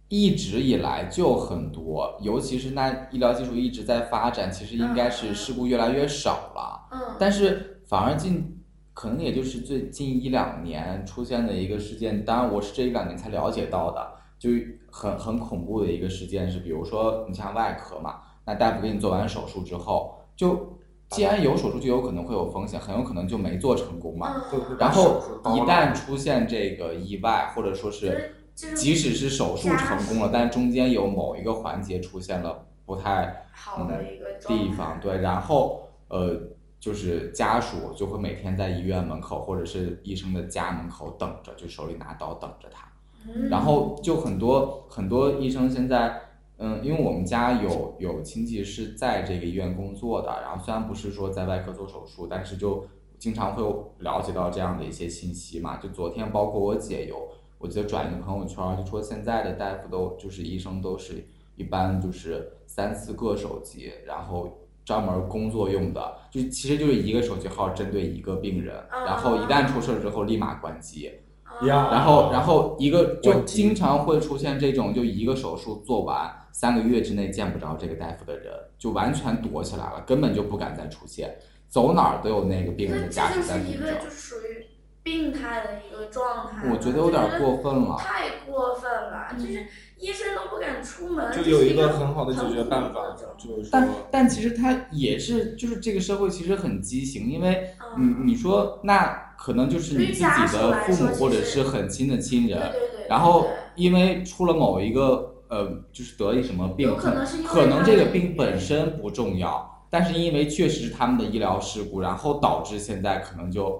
Speaker 5: 一直以来就很多，尤其是那医疗技术一直在发展，其实应该是事故越来越少了，
Speaker 6: 嗯，
Speaker 5: 但是反而近。可能也就是最近一两年出现的一个事件，当然我是这一两年才了解到的，就是很很恐怖的一个事件是，比如说你像外科嘛，那大夫给你做完手术之后，就既然有手术，就有可能会有风险，很有可能就没做成功嘛。
Speaker 6: 嗯嗯
Speaker 5: 然后一旦出现这个意外，或者说是
Speaker 6: 就是
Speaker 5: 即使是手术成功了，但中间有某一个环节出现了不太
Speaker 6: 好的一个状态
Speaker 5: 地方，对，然后呃，就是家属就会每天在医院门口或者是医生的家门口等着，就手里拿刀等着他。
Speaker 6: 嗯
Speaker 5: 然后就很多很多医生现在，嗯，因为我们家有有亲戚是在这个医院工作的，然后虽然不是说在外科做手术，但是就经常会有了解到这样的一些信息嘛。就昨天，包括我姐有，我记得转一个朋友圈儿，就说现在的大夫都就是医生都是一般就是三四个手机，然后。专门工作用的，就其实就是一个手机号针对一个病人，然后一旦出事儿之后立马关机，
Speaker 6: 啊
Speaker 3: 呀
Speaker 5: 然后，然后一个就
Speaker 3: 哦问题
Speaker 5: 经常会出现这种，就一个手术做完三个月之内见不着这个大夫的人，就完全躲起来了，根本就不敢再出现，走哪儿都有那个病人
Speaker 6: 这
Speaker 5: 的家
Speaker 6: 这就
Speaker 5: 属在
Speaker 6: 是
Speaker 5: 跟
Speaker 6: 一
Speaker 5: 着
Speaker 6: 个。就是属于病态的一个状态了，
Speaker 5: 我觉得有点过分了。嗯
Speaker 6: 太过分了，就是医生都不敢出门，
Speaker 3: 就
Speaker 6: 这
Speaker 3: 有
Speaker 6: 呃是
Speaker 3: 一
Speaker 6: 一
Speaker 3: 个很好的解决
Speaker 6: 很
Speaker 3: 办法
Speaker 6: 恐怖的状，态
Speaker 3: 就是
Speaker 5: 但
Speaker 3: 说，
Speaker 5: 但其实他也是，就是这个社会其实很畸形，因为你
Speaker 6: 嗯，
Speaker 5: 你说那可能就是你
Speaker 6: 对于
Speaker 5: 自己
Speaker 6: 家属
Speaker 5: 的
Speaker 6: 来
Speaker 5: 父
Speaker 6: 说
Speaker 5: 母
Speaker 6: 其
Speaker 5: 或者
Speaker 6: 实
Speaker 5: 是很亲的亲人，
Speaker 6: 对对对，
Speaker 5: 然后
Speaker 6: 对
Speaker 5: 因为出了某一个呃，就是得一什么病，
Speaker 6: 有可
Speaker 5: 可
Speaker 6: 能是因为
Speaker 5: 可能
Speaker 6: 他
Speaker 5: 这个
Speaker 6: 的
Speaker 5: 病本身不重要，但是因为确实是他们的医疗事故，然后导致现在可能就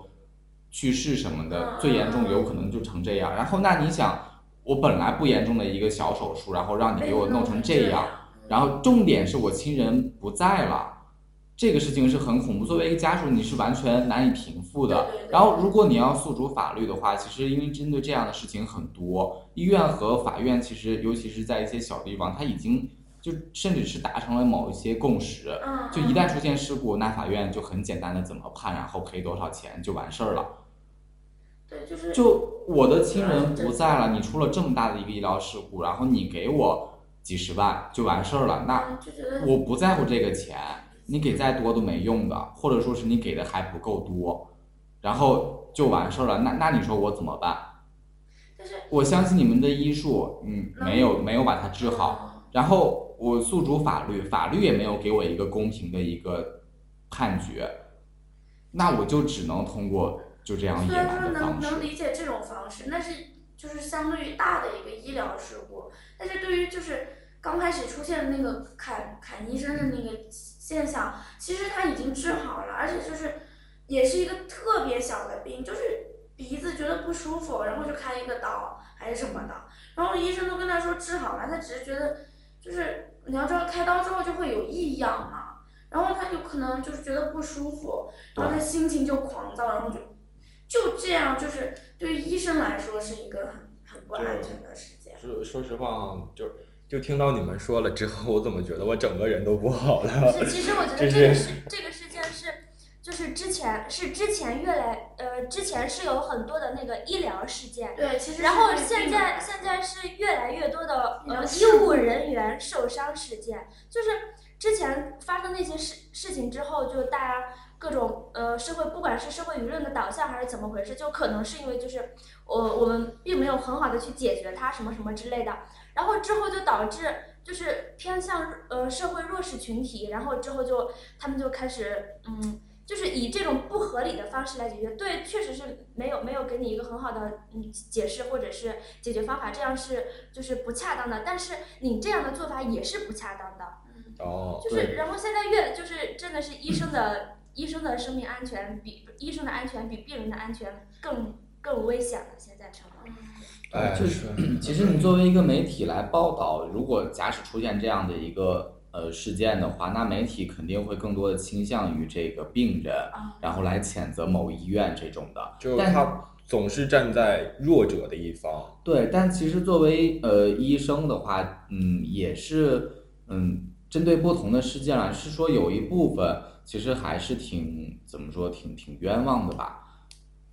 Speaker 5: 去世什么
Speaker 6: 嗯
Speaker 5: 的，最严重有可能就成这样。然后那你想，我本来不严重的一个小手术，然后让你
Speaker 6: 被
Speaker 5: 给我弄成这样，，然后重点是我亲人不在了，这个事情是很恐怖。作为一个家属，你是完全难以平复的。
Speaker 6: 对对对
Speaker 5: 然后，如果你要诉诸法律的话，其实因为针对这样的事情很多，医院和法院其实，尤其是在一些小地方，它已经就甚至是达成了某一些共识。
Speaker 6: 嗯，
Speaker 5: 就一旦出现事故，那法院就很简单的怎么判，然后赔多少钱就完事儿了。
Speaker 6: 对，就是
Speaker 5: 就我的亲人不在了，你出了这么大的一个医疗事故，然后你给我几十万就完事儿了，那
Speaker 6: 嗯就觉得
Speaker 5: 我不在乎这个钱，你给再多都没用的，或者说是你给的还不够多，然后就完事儿了，那那你说我怎么办？
Speaker 6: 就是
Speaker 5: 我相信你们的医术，嗯，没有没有把它治好，然后我诉诸法律，法律也没有给我一个公平的一个判决，那我就只能通过就这样野
Speaker 6: 虽然说
Speaker 5: 蛮的
Speaker 6: 能
Speaker 5: 方
Speaker 6: 能
Speaker 5: 式。
Speaker 6: 理解这种方式，但是就是相对于大的一个医疗事故，但是对于就是刚开始出现的那个砍砍医生的那个现象，其实他已经治好了，而且就是也是一个特别小的病，就是鼻子觉得不舒服，然后就开一个刀还是什么的，然后医生都跟他说治好了，他只是觉得就是你要知道开刀之后就会有异样嘛。然后他就可能就是觉得不舒服，然后他心情就狂躁，然后就就这样，就是对于医生来说是一个很很不安全的事件。
Speaker 3: 说说实话啊，就就听到你们说了之后，我怎么觉得我整个人都不好 <laughs> 了？
Speaker 2: 是，其实我觉
Speaker 3: 这
Speaker 2: 得这个
Speaker 3: 是
Speaker 2: 事这个事件是，就是之前是之前越来呃之前是有很多的那个医疗事件，
Speaker 6: 对，其实是
Speaker 2: 然后
Speaker 6: 对
Speaker 2: 现
Speaker 6: 病人
Speaker 2: 在
Speaker 6: 来
Speaker 2: 现在是越来越多的
Speaker 6: 医疗
Speaker 2: 呃医
Speaker 6: 事故
Speaker 2: 务人员受伤事件，就是之前发生那些事事情之后，就大家各种呃社会，不管是社会舆论的导向还是怎么回事，就可能是因为就是我、我们并没有很好的去解决它什么什么之类的，然后之后就导致就是偏向呃社会弱势群体，然后之后就他们就开始嗯。就是以这种不合理的方式来解决，对，确实是没有没有给你一个很好的嗯解释或者是解决方法，这样是就是不恰当的。但是你这样的做法也是不恰当的，
Speaker 3: 哦，
Speaker 2: 就是然后现在越就是真的是医生的医生的生命安全比医生的安全比病人的安全更更危险了，现在成了。
Speaker 3: 哎，
Speaker 5: 哦就是 <clears throat> 其实你作为一个媒体来报道，如果假使出现这样的一个呃事件的话，那媒体肯定会更多的倾向于这个病人，然后来谴责某医院这种的。
Speaker 3: 就是
Speaker 5: 但
Speaker 3: 他总是站在弱者的一方，
Speaker 5: 对，但其实作为呃医生的话，嗯，也是嗯，针对不同的事件来，是说有一部分其实还是挺怎么说，挺挺冤枉的吧。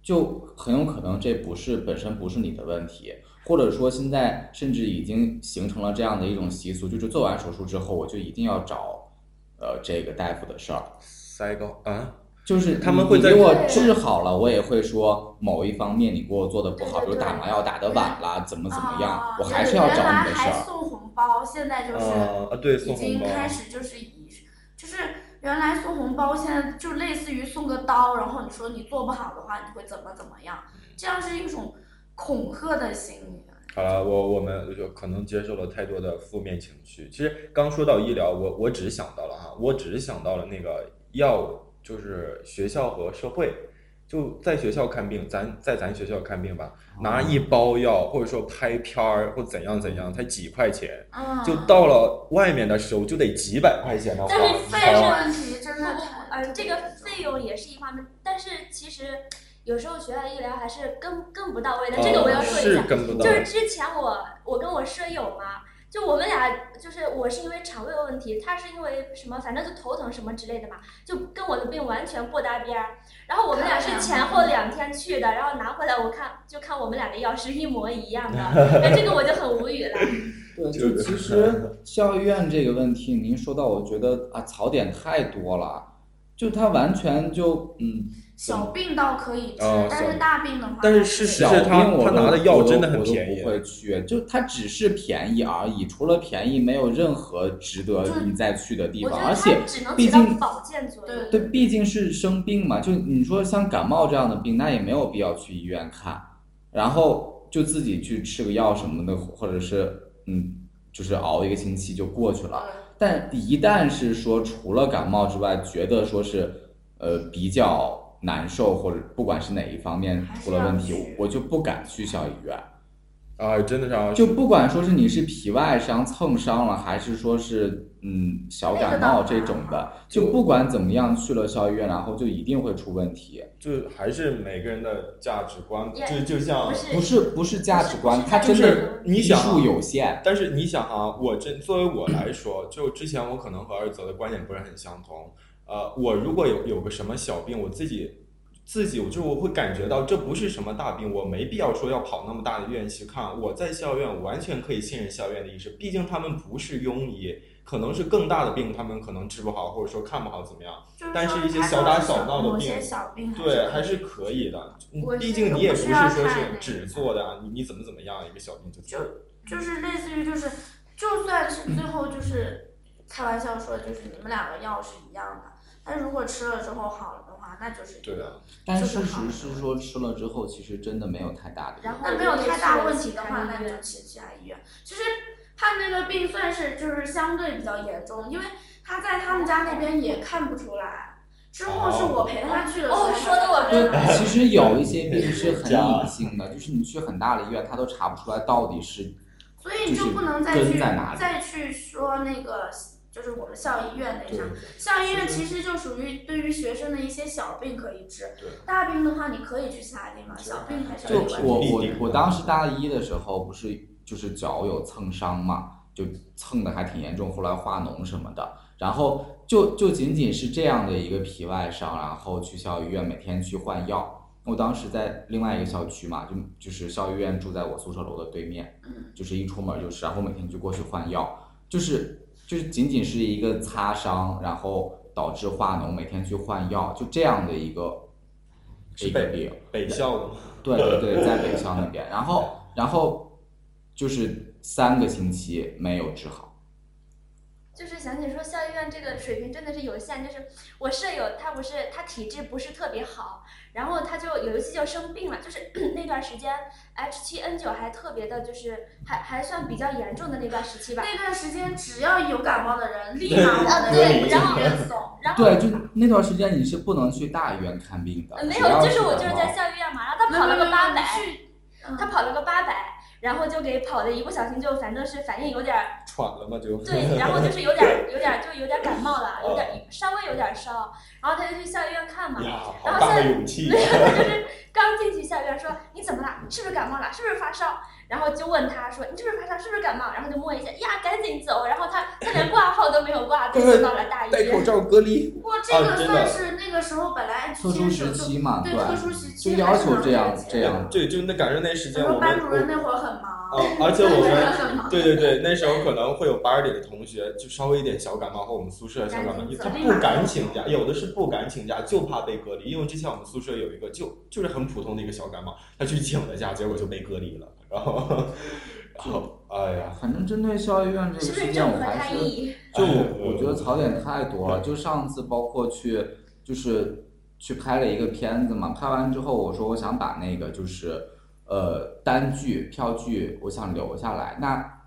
Speaker 5: 就很有可能这不是本身不是你的问题，或者说现在甚至已经形成了这样的一种习俗，就是做完手术之后我就一定要找，呃，这个大夫的事儿。
Speaker 3: 塞高啊，
Speaker 5: 就是
Speaker 3: 他们
Speaker 5: 你
Speaker 3: 会
Speaker 5: 你
Speaker 3: 在
Speaker 5: 给我
Speaker 2: 对
Speaker 5: 治好了，我也会说某一方面你给我做的不好，
Speaker 2: 对
Speaker 5: 比
Speaker 2: 对
Speaker 5: 如打
Speaker 2: 对
Speaker 5: 麻药打的晚了，怎么怎么样
Speaker 6: 啊，
Speaker 5: 我还是要找
Speaker 6: 原来
Speaker 5: 你的事
Speaker 6: 还
Speaker 5: 儿。嗯
Speaker 6: 送红包，现在就是
Speaker 3: 啊啊对
Speaker 6: 已
Speaker 3: 送红
Speaker 6: 经
Speaker 3: 包
Speaker 6: 开始就是以就是原来送红包，现在就类似于送个刀，然后你说你做不好的话，你会怎么怎么样？这样是一种恐吓的心理。啊
Speaker 3: 好了，我我们就可能接受了太多的负面情绪。其实刚说到医疗，我我只想到了哈，我只想到了那个药，就是学校和社会，就在学校看病，咱在咱学校看病吧，拿一包药或者说拍片儿或怎样怎样，才几块钱，
Speaker 2: 啊
Speaker 6: 嗯，
Speaker 3: 就到了外面的时候就得几百块钱的花。
Speaker 2: 但是
Speaker 3: 你
Speaker 2: 费
Speaker 3: 知道
Speaker 2: 用
Speaker 3: 吗
Speaker 6: 问题真的太
Speaker 2: 呃，这个费用也是一方面，但是其实有时候学校的医疗还是跟跟不到位的，这个我要说一
Speaker 3: 哦是
Speaker 2: 下。
Speaker 3: 跟不到，
Speaker 2: 就是之前我我跟我舍友嘛，就我们俩就是我是因为肠胃问题，他是因为什么，反正就头疼什么之类的嘛，就跟我的病完全不搭边儿。然后我们俩
Speaker 6: 哎
Speaker 2: 是前后两天去的，然后拿回来我看就看我们俩的药是一模一
Speaker 3: <laughs>
Speaker 2: 样的，那这个我就很无语了。
Speaker 5: 对，
Speaker 3: 就
Speaker 5: 就是其实校医院这个问题，您说到，我觉得啊，槽点太多了，就它完全就嗯，
Speaker 6: 小病倒可以治，
Speaker 3: 哦
Speaker 6: 但
Speaker 3: 小
Speaker 6: 是大病的话，
Speaker 3: 但是事实
Speaker 5: 小
Speaker 3: 是他
Speaker 5: 病我
Speaker 3: 他
Speaker 5: 都
Speaker 3: 拿的药真的很
Speaker 5: 我都
Speaker 3: 便
Speaker 5: 我
Speaker 3: 宜
Speaker 5: 都不会去，就它只是便宜而已，除了便宜，没有任何值得
Speaker 6: 就是
Speaker 5: 你再去的地
Speaker 2: 我
Speaker 5: 方，
Speaker 2: 觉
Speaker 5: 而
Speaker 2: 得
Speaker 5: 且
Speaker 2: 它只能
Speaker 5: 毕
Speaker 2: 起到
Speaker 5: 竟
Speaker 2: 保健作用。
Speaker 6: 对
Speaker 5: 对，毕竟是生病嘛，就你说像感冒这样的病，那也没有必要去医院看，然后就自己去吃个药什么的，或者是嗯，就是熬一个星期就过去
Speaker 6: 嗯
Speaker 5: 了。但一旦是说除了感冒之外，觉得说是呃比较难受，或者不管是哪一方面
Speaker 6: 还是
Speaker 5: 出了问
Speaker 6: 要
Speaker 5: 题
Speaker 6: 去，
Speaker 5: 我就不敢去小医院。
Speaker 7: 啊，真的是啊，
Speaker 5: 就不管说是你是皮外伤蹭伤了，还是说是嗯小感冒这种的，就不管怎么样去了校医院，然后就一定会出问题。
Speaker 3: 就还是每个人的价值观，
Speaker 2: 也
Speaker 3: 就就像
Speaker 2: 不，是
Speaker 5: 不是不是价值观，
Speaker 2: 不是
Speaker 5: 它真
Speaker 2: 就
Speaker 5: 的
Speaker 2: 是
Speaker 3: 你想啊
Speaker 5: 基数有限。
Speaker 3: 但是你想啊，我这作为我来说， <clears throat> 就之前我可能和二泽的观点不是很相同。呃，我如果有有个什么小病，我自己自己我就我会感觉到这不是什么大病，我没必要说要跑那么大的医院去看。我在校医院我完全可以信任校医院的医师，毕竟他们不是庸医，可能是更大的病他们可能治不好，或者说看不好怎么样。
Speaker 6: 就是
Speaker 3: 但
Speaker 6: 说
Speaker 3: 是一些
Speaker 6: 他
Speaker 3: 小打
Speaker 6: 就是
Speaker 3: 小闹的
Speaker 6: 某
Speaker 3: 病
Speaker 6: 些小病
Speaker 3: 对，还
Speaker 6: 还
Speaker 3: 是可以的。
Speaker 6: 嗯我
Speaker 3: 嗯
Speaker 6: 是
Speaker 3: 毕竟你也
Speaker 6: 我
Speaker 3: 不
Speaker 6: 是
Speaker 3: 是
Speaker 6: 要
Speaker 3: 说
Speaker 6: 看
Speaker 3: 是
Speaker 6: 那
Speaker 3: 只
Speaker 6: 个
Speaker 3: 做的啊，你你怎么怎么样一个小病就
Speaker 6: 就就是类似于就是，就算是最后就是开玩笑说就是你们两个药是一样的，但是如果吃了之后好了的话，那就是
Speaker 3: 对啊的。
Speaker 5: 但事实是说吃了之后，其实真的没有太大的用。
Speaker 2: 然
Speaker 6: <laughs>
Speaker 2: 后
Speaker 6: 那没有太大问题的
Speaker 2: 我也
Speaker 6: 话，那
Speaker 2: 是
Speaker 6: 就去其他医院。其实他那个病算是就是相对比较严重，因为他在他们家那边也看不出来。之后是我陪他去的时候
Speaker 2: 哦
Speaker 6: 才
Speaker 2: 说
Speaker 6: 发现，
Speaker 2: 得我
Speaker 5: 就
Speaker 2: 真
Speaker 5: 其实有一些病是很隐性的，就是你去很大的医院，他都查不出来到底是
Speaker 6: 所以就不能再
Speaker 5: 就是
Speaker 6: 去
Speaker 5: 根在哪里
Speaker 6: 再去说那个就是我们校医院那
Speaker 3: 对
Speaker 6: 上，校医院其实就属于对于学生的一些小病可以治，大病的话你可以去其他地方，小病还是
Speaker 5: 就
Speaker 6: 可以完
Speaker 5: 我
Speaker 6: 成。
Speaker 5: 我我当时大一的时候，不是就是脚有蹭伤嘛，就蹭的还挺严重，后来化脓什么的，然后就就仅仅是这样的一个皮外伤，然后去校医院每天去换药。我当时在另外一个校区嘛，就就是校医院住在我宿舍楼的对面，就是一出门就是，然后每天就过去换药，就是就是仅仅是一个擦伤，然后导致化脓，每天去换药，就这样的一个
Speaker 3: 是
Speaker 5: 一个
Speaker 3: 被
Speaker 5: 病。
Speaker 3: 北校的嘛，
Speaker 5: 对对对，在北校那边，然后然后就是三个星期没有治好，
Speaker 2: 就是想起说校医院这个水平真的是有限，就是我舍友她不是她体质不是特别好，然后她就有一次就生病了，就是 <clears throat> 那段时间 H 7 N 9还特别的，就是还还算比较严重的那段时期吧。
Speaker 6: 那段时间只要有感冒的人，立马往那
Speaker 2: 对
Speaker 6: 个
Speaker 2: 然
Speaker 6: 医
Speaker 2: 后
Speaker 6: 院送。
Speaker 2: 然后
Speaker 5: 对，就那段时间你是不能去大医院看病的
Speaker 2: 呃，没
Speaker 5: 只
Speaker 2: 有
Speaker 5: 要，
Speaker 2: 就是我
Speaker 5: 感
Speaker 2: 就是
Speaker 5: 冒
Speaker 2: 在校医院嘛，然后她跑
Speaker 6: 嗯
Speaker 2: 了个八百，她
Speaker 6: 他
Speaker 2: 跑了个八百，然后就给跑的一不小心就反正是反应有点儿
Speaker 3: 喘了嘛就。
Speaker 2: 对，然后就是有点儿有点儿就有点儿感冒了，有
Speaker 5: 哦
Speaker 2: 点儿稍微有点儿烧，然后她就去校医院看嘛。
Speaker 3: 呀，好
Speaker 2: 然后
Speaker 3: 大的
Speaker 2: 现
Speaker 3: 勇气啊
Speaker 2: 没
Speaker 3: 呀！
Speaker 2: 有，就是 <laughs> 刚进去校园说你怎么了？是不是感冒了？是不是发烧？然后就问他说你是不是发烧？是不是感冒？然后就摸一下，呀，赶紧走。然后他他连挂号都没有挂，被送到了大医
Speaker 7: 戴口
Speaker 2: 院。
Speaker 7: 罩隔离，
Speaker 6: 不过这
Speaker 3: 啊
Speaker 6: 个
Speaker 3: 真的
Speaker 6: 算是那个时候本来
Speaker 5: 特殊时期嘛，
Speaker 6: 对
Speaker 5: 对，
Speaker 6: 特殊时期
Speaker 5: 就要求这
Speaker 6: 还
Speaker 5: 样
Speaker 6: 是能
Speaker 5: 这样。
Speaker 3: 对，就那赶上那时
Speaker 6: 我
Speaker 3: 间，我
Speaker 6: 们
Speaker 3: 们
Speaker 6: 班主任那
Speaker 3: 我
Speaker 6: 会儿很忙，
Speaker 3: 啊，
Speaker 6: <laughs>
Speaker 3: 而且我
Speaker 6: 班主任
Speaker 3: 们
Speaker 6: 很忙。
Speaker 3: 对对对，那时候可能会有班里的同学就稍微一点小感冒，或我们宿舍的小感冒
Speaker 6: 赶，紧走
Speaker 3: 他不敢请假，有的是不敢请假，就怕被隔离。因为之前我们宿舍有一个就就是很普通的一个小感冒，他去请了假，结果就被隔离了。然后，然后， <laughs> 哎呀，
Speaker 5: 反正针对校医院这
Speaker 2: 是
Speaker 5: 个
Speaker 2: 不是
Speaker 5: 事
Speaker 2: 正
Speaker 5: 件，
Speaker 2: 合
Speaker 5: 我还
Speaker 2: 他
Speaker 5: 是
Speaker 2: 意？
Speaker 5: 就我我觉得槽点太多了，就上次包括去就是去拍了一个片子嘛，拍完之后我说我想把那个就是呃单据票据我想留下来，那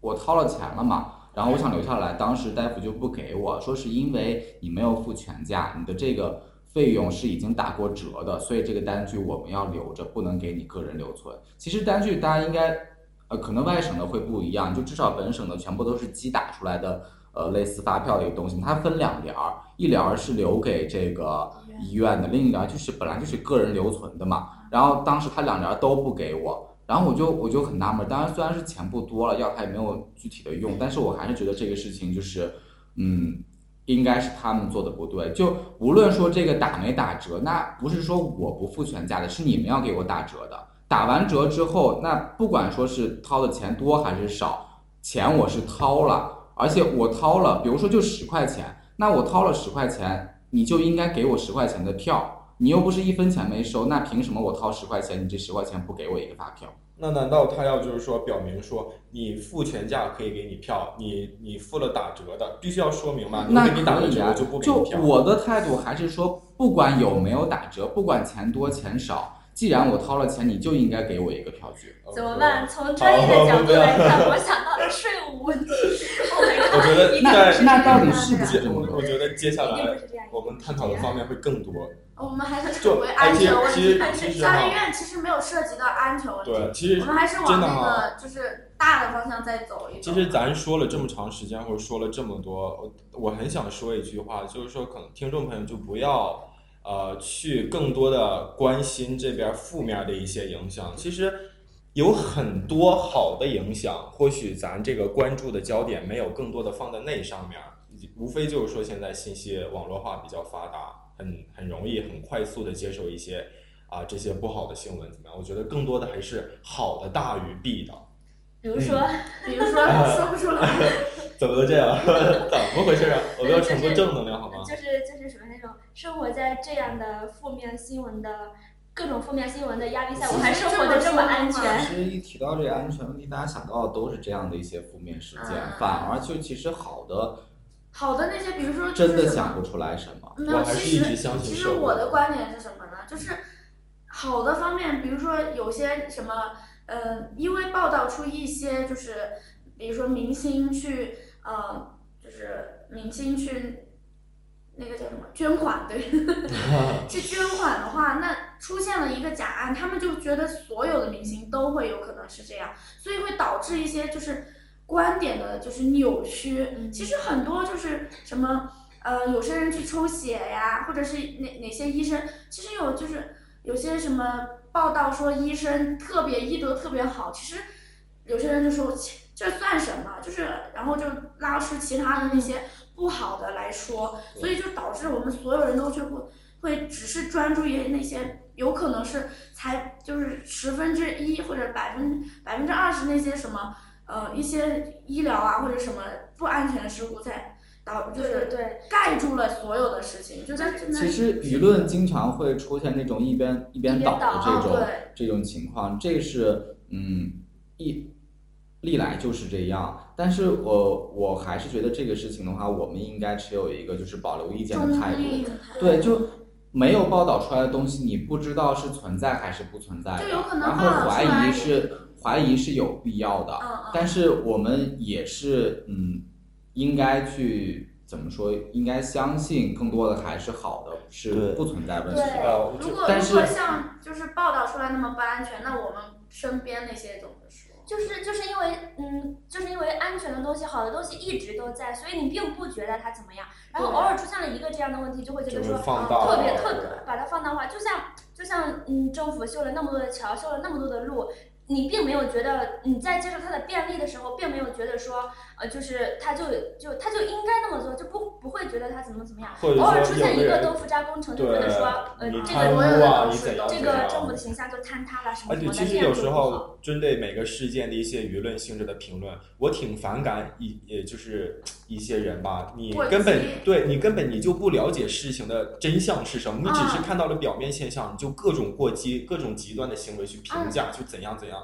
Speaker 5: 我掏了钱了嘛。然后我想留下来，当时大夫就不给我说，是因为你没有付全价，你的这个费用是已经打过折的，所以这个单据我们要留着，不能给你个人留存。其实单据大家应该呃，可能外省的会不一样，就至少本省的全部都是机打出来的，呃，类似发票的一个东西，它分两联儿，一联儿是留给这个医院的，嗯另一联儿就是本来就是个人留存的嘛。然后当时他两联儿都不给我，然后我就我就很纳闷，当然虽然是钱不多了，药它也没有具体的用，但是我还是觉得这个事情就是，嗯。应该是他们做的不对，就无论说这个打没打折，那不是说我不付全价的，是你们要给我打折的。打完折之后，那不管说是掏的钱多还是少，钱我是掏了，而且我掏了，比如说就十块钱，那我掏了十块钱，你就应该给我十块钱的票，你又不是一分钱没收，那凭什么我掏十块钱，你这十块钱不给我一个发票？
Speaker 3: 那难道他要就是说表明说你付全价可以给你票，你你付了打折的，必须要说明吧？如果
Speaker 5: 那
Speaker 3: 给你打
Speaker 5: 可
Speaker 3: 了
Speaker 5: 以
Speaker 3: 折，
Speaker 5: 啊
Speaker 3: 我就不，给
Speaker 5: 就
Speaker 3: 你票。
Speaker 5: 我的态度还是说，不管有没有打折，不管钱多钱少，既然我掏了钱，你就应该给我一个票据。
Speaker 2: 怎么
Speaker 3: 哦
Speaker 2: 办？从专业的角度来看，我想到了税务问题。Oh my
Speaker 3: 我觉得
Speaker 5: 那
Speaker 3: 在
Speaker 5: 那到底是不是
Speaker 3: 接
Speaker 5: 这么
Speaker 3: 我
Speaker 5: 多？
Speaker 3: 我觉得接下
Speaker 2: god，一定
Speaker 3: 来
Speaker 2: 不是这样。
Speaker 3: 我们探讨的方面会更多。
Speaker 6: 我们还是
Speaker 3: 就
Speaker 6: 回安全问
Speaker 3: 其实
Speaker 6: 题。但
Speaker 3: 其
Speaker 6: 是
Speaker 3: 实
Speaker 6: 夏
Speaker 3: 哈
Speaker 6: 令院其实没有涉及到安全问题，
Speaker 3: 对，其实
Speaker 6: 我们还是
Speaker 3: 真
Speaker 6: 往
Speaker 3: 的
Speaker 6: 那
Speaker 3: 哈
Speaker 6: 个就是大的方向再走一走。
Speaker 3: 其
Speaker 6: 啊
Speaker 3: 实咱说了这么长时间，或者说了这么多，我我很想说一句话，就是说可能听众朋友就不要呃去更多的关心这边负面的一些影响，其实有很多好的影响，或许咱这个关注的焦点没有更多的放在那上面儿，无非就是说现在信息网络化比较发达，很很容易很快速的接受一些。啊，这些不好的新闻怎么样？我觉得更多的还是好的大于弊的。
Speaker 2: 比如说，
Speaker 6: 比
Speaker 3: <laughs>
Speaker 6: 如说说不出来，
Speaker 3: 怎么都这样？怎么回事啊？我们要传播正能量好吗？
Speaker 2: 就是就是什么那种生活在这样的负面新闻的各种负面新闻的压力下，我还生活的这么安全。
Speaker 5: 其实一提到这个安全问题，大家想到的都是这样的一些负面事件，
Speaker 6: 嗯
Speaker 5: 反而就其实好的
Speaker 6: 好的那些，比如说就
Speaker 5: 真
Speaker 6: 是
Speaker 5: 的
Speaker 6: 什么
Speaker 5: 想不出来什么。
Speaker 6: 没
Speaker 3: 我
Speaker 6: 有，
Speaker 3: 还是
Speaker 6: 其
Speaker 3: 一
Speaker 6: 实
Speaker 3: 直相信
Speaker 6: 其实
Speaker 3: 社会
Speaker 6: 我的观点是什么呢？就是好的方面，比如说有些什么，呃，因为报道出一些就是，比如说明星去，呃，就是明星去那个叫什么捐款，对，
Speaker 3: <laughs>
Speaker 6: 去捐款的话，那出现了一个假案，他们就觉得所有的明星都会有可能是这样，所以会导致一些就是观点的就是扭曲。
Speaker 2: 嗯
Speaker 6: 其实很多就是什么呃，有些人去抽血呀，或者是哪哪些医生，其实有就是有些什么报道说医生特别医德特别好，其实有些人就说切这算什么？就是然后就拉出其他的那些不好的来说，所以就导致我们所有人都去会会只是专注于那些有可能是才就是十分之一或者百分百分之二十那些什么呃一些医疗啊或者什么不安全的事故才导就
Speaker 2: 对对
Speaker 6: 是
Speaker 2: 对，
Speaker 6: 盖住了所有的事情，就在真的
Speaker 5: 其实舆论经常会出现那种一边一边倒的这
Speaker 6: 一边
Speaker 5: 种
Speaker 6: 倒对
Speaker 5: 这种情况，这是嗯一历来就是这样。但是我我还是觉得这个事情的话，我们应该持有一个就是保留意见的态
Speaker 6: 中
Speaker 5: 度。
Speaker 6: 立的态度。
Speaker 5: 对，就没有报道出来的东西，你不知道是存在还是不存在的，
Speaker 6: 就有可能
Speaker 5: 然
Speaker 6: 报道
Speaker 5: 后
Speaker 6: 出
Speaker 5: 怀疑
Speaker 6: 来
Speaker 5: 是怀疑是有必要的，
Speaker 6: 嗯嗯
Speaker 5: 啊但是我们也是嗯，应该去怎么说？应该相信更多的还是好的，是
Speaker 3: 对
Speaker 5: 不存在问题
Speaker 2: 对
Speaker 5: 的。
Speaker 3: 呃，
Speaker 6: 如果
Speaker 5: 但
Speaker 6: 如果
Speaker 5: 是
Speaker 6: 像就是报道出来那么不安全，那我们身边那些怎么说？
Speaker 2: 就是就是因为嗯，就是因为安全的东西、好的东西一直都在，所以你并不觉得它怎么样。然后
Speaker 6: 对
Speaker 2: 偶尔出现了一个这样的问题，就会觉
Speaker 3: 就
Speaker 2: 得
Speaker 3: 是
Speaker 2: 说
Speaker 3: 放大
Speaker 2: 特
Speaker 3: 了
Speaker 2: 别特别把它放大化，就像就像嗯，政府修了那么多的桥，修了那么多的路，你并没有觉得你在接受它的便利的时候，并没有觉得说呃，就是它就就它就应该那么做，就不不会觉得它怎么怎么样。
Speaker 3: 或者
Speaker 2: 偶尔
Speaker 3: 说
Speaker 2: 出
Speaker 3: 有
Speaker 2: 现一
Speaker 3: 的
Speaker 2: 个
Speaker 3: 人
Speaker 2: 豆腐渣工程，就
Speaker 3: 对
Speaker 2: 觉得说呃，
Speaker 3: 你
Speaker 2: 这
Speaker 3: 贪
Speaker 2: 个
Speaker 3: 污
Speaker 6: 我有
Speaker 3: 啊，
Speaker 6: 的
Speaker 3: 你
Speaker 6: 是
Speaker 3: 怎样
Speaker 2: 这
Speaker 3: 怎
Speaker 2: 个
Speaker 3: 样。
Speaker 2: 政府的形象就坍塌了什么
Speaker 3: 而
Speaker 2: 什
Speaker 3: 且
Speaker 2: 么的，
Speaker 3: 其
Speaker 2: 这
Speaker 3: 实
Speaker 2: 样
Speaker 3: 有
Speaker 2: 就
Speaker 3: 时
Speaker 2: 不好。
Speaker 3: 候针对每个事件的一些舆论性质的评论，我挺反感一也就是一些人吧，你
Speaker 6: 过
Speaker 3: 根本
Speaker 6: 激
Speaker 3: 对你根本你就不了解事情的真相是什么，你只是
Speaker 6: 啊
Speaker 3: 看到了表面现象，你就各种过激、各种极端的行为去评价，去怎样怎样。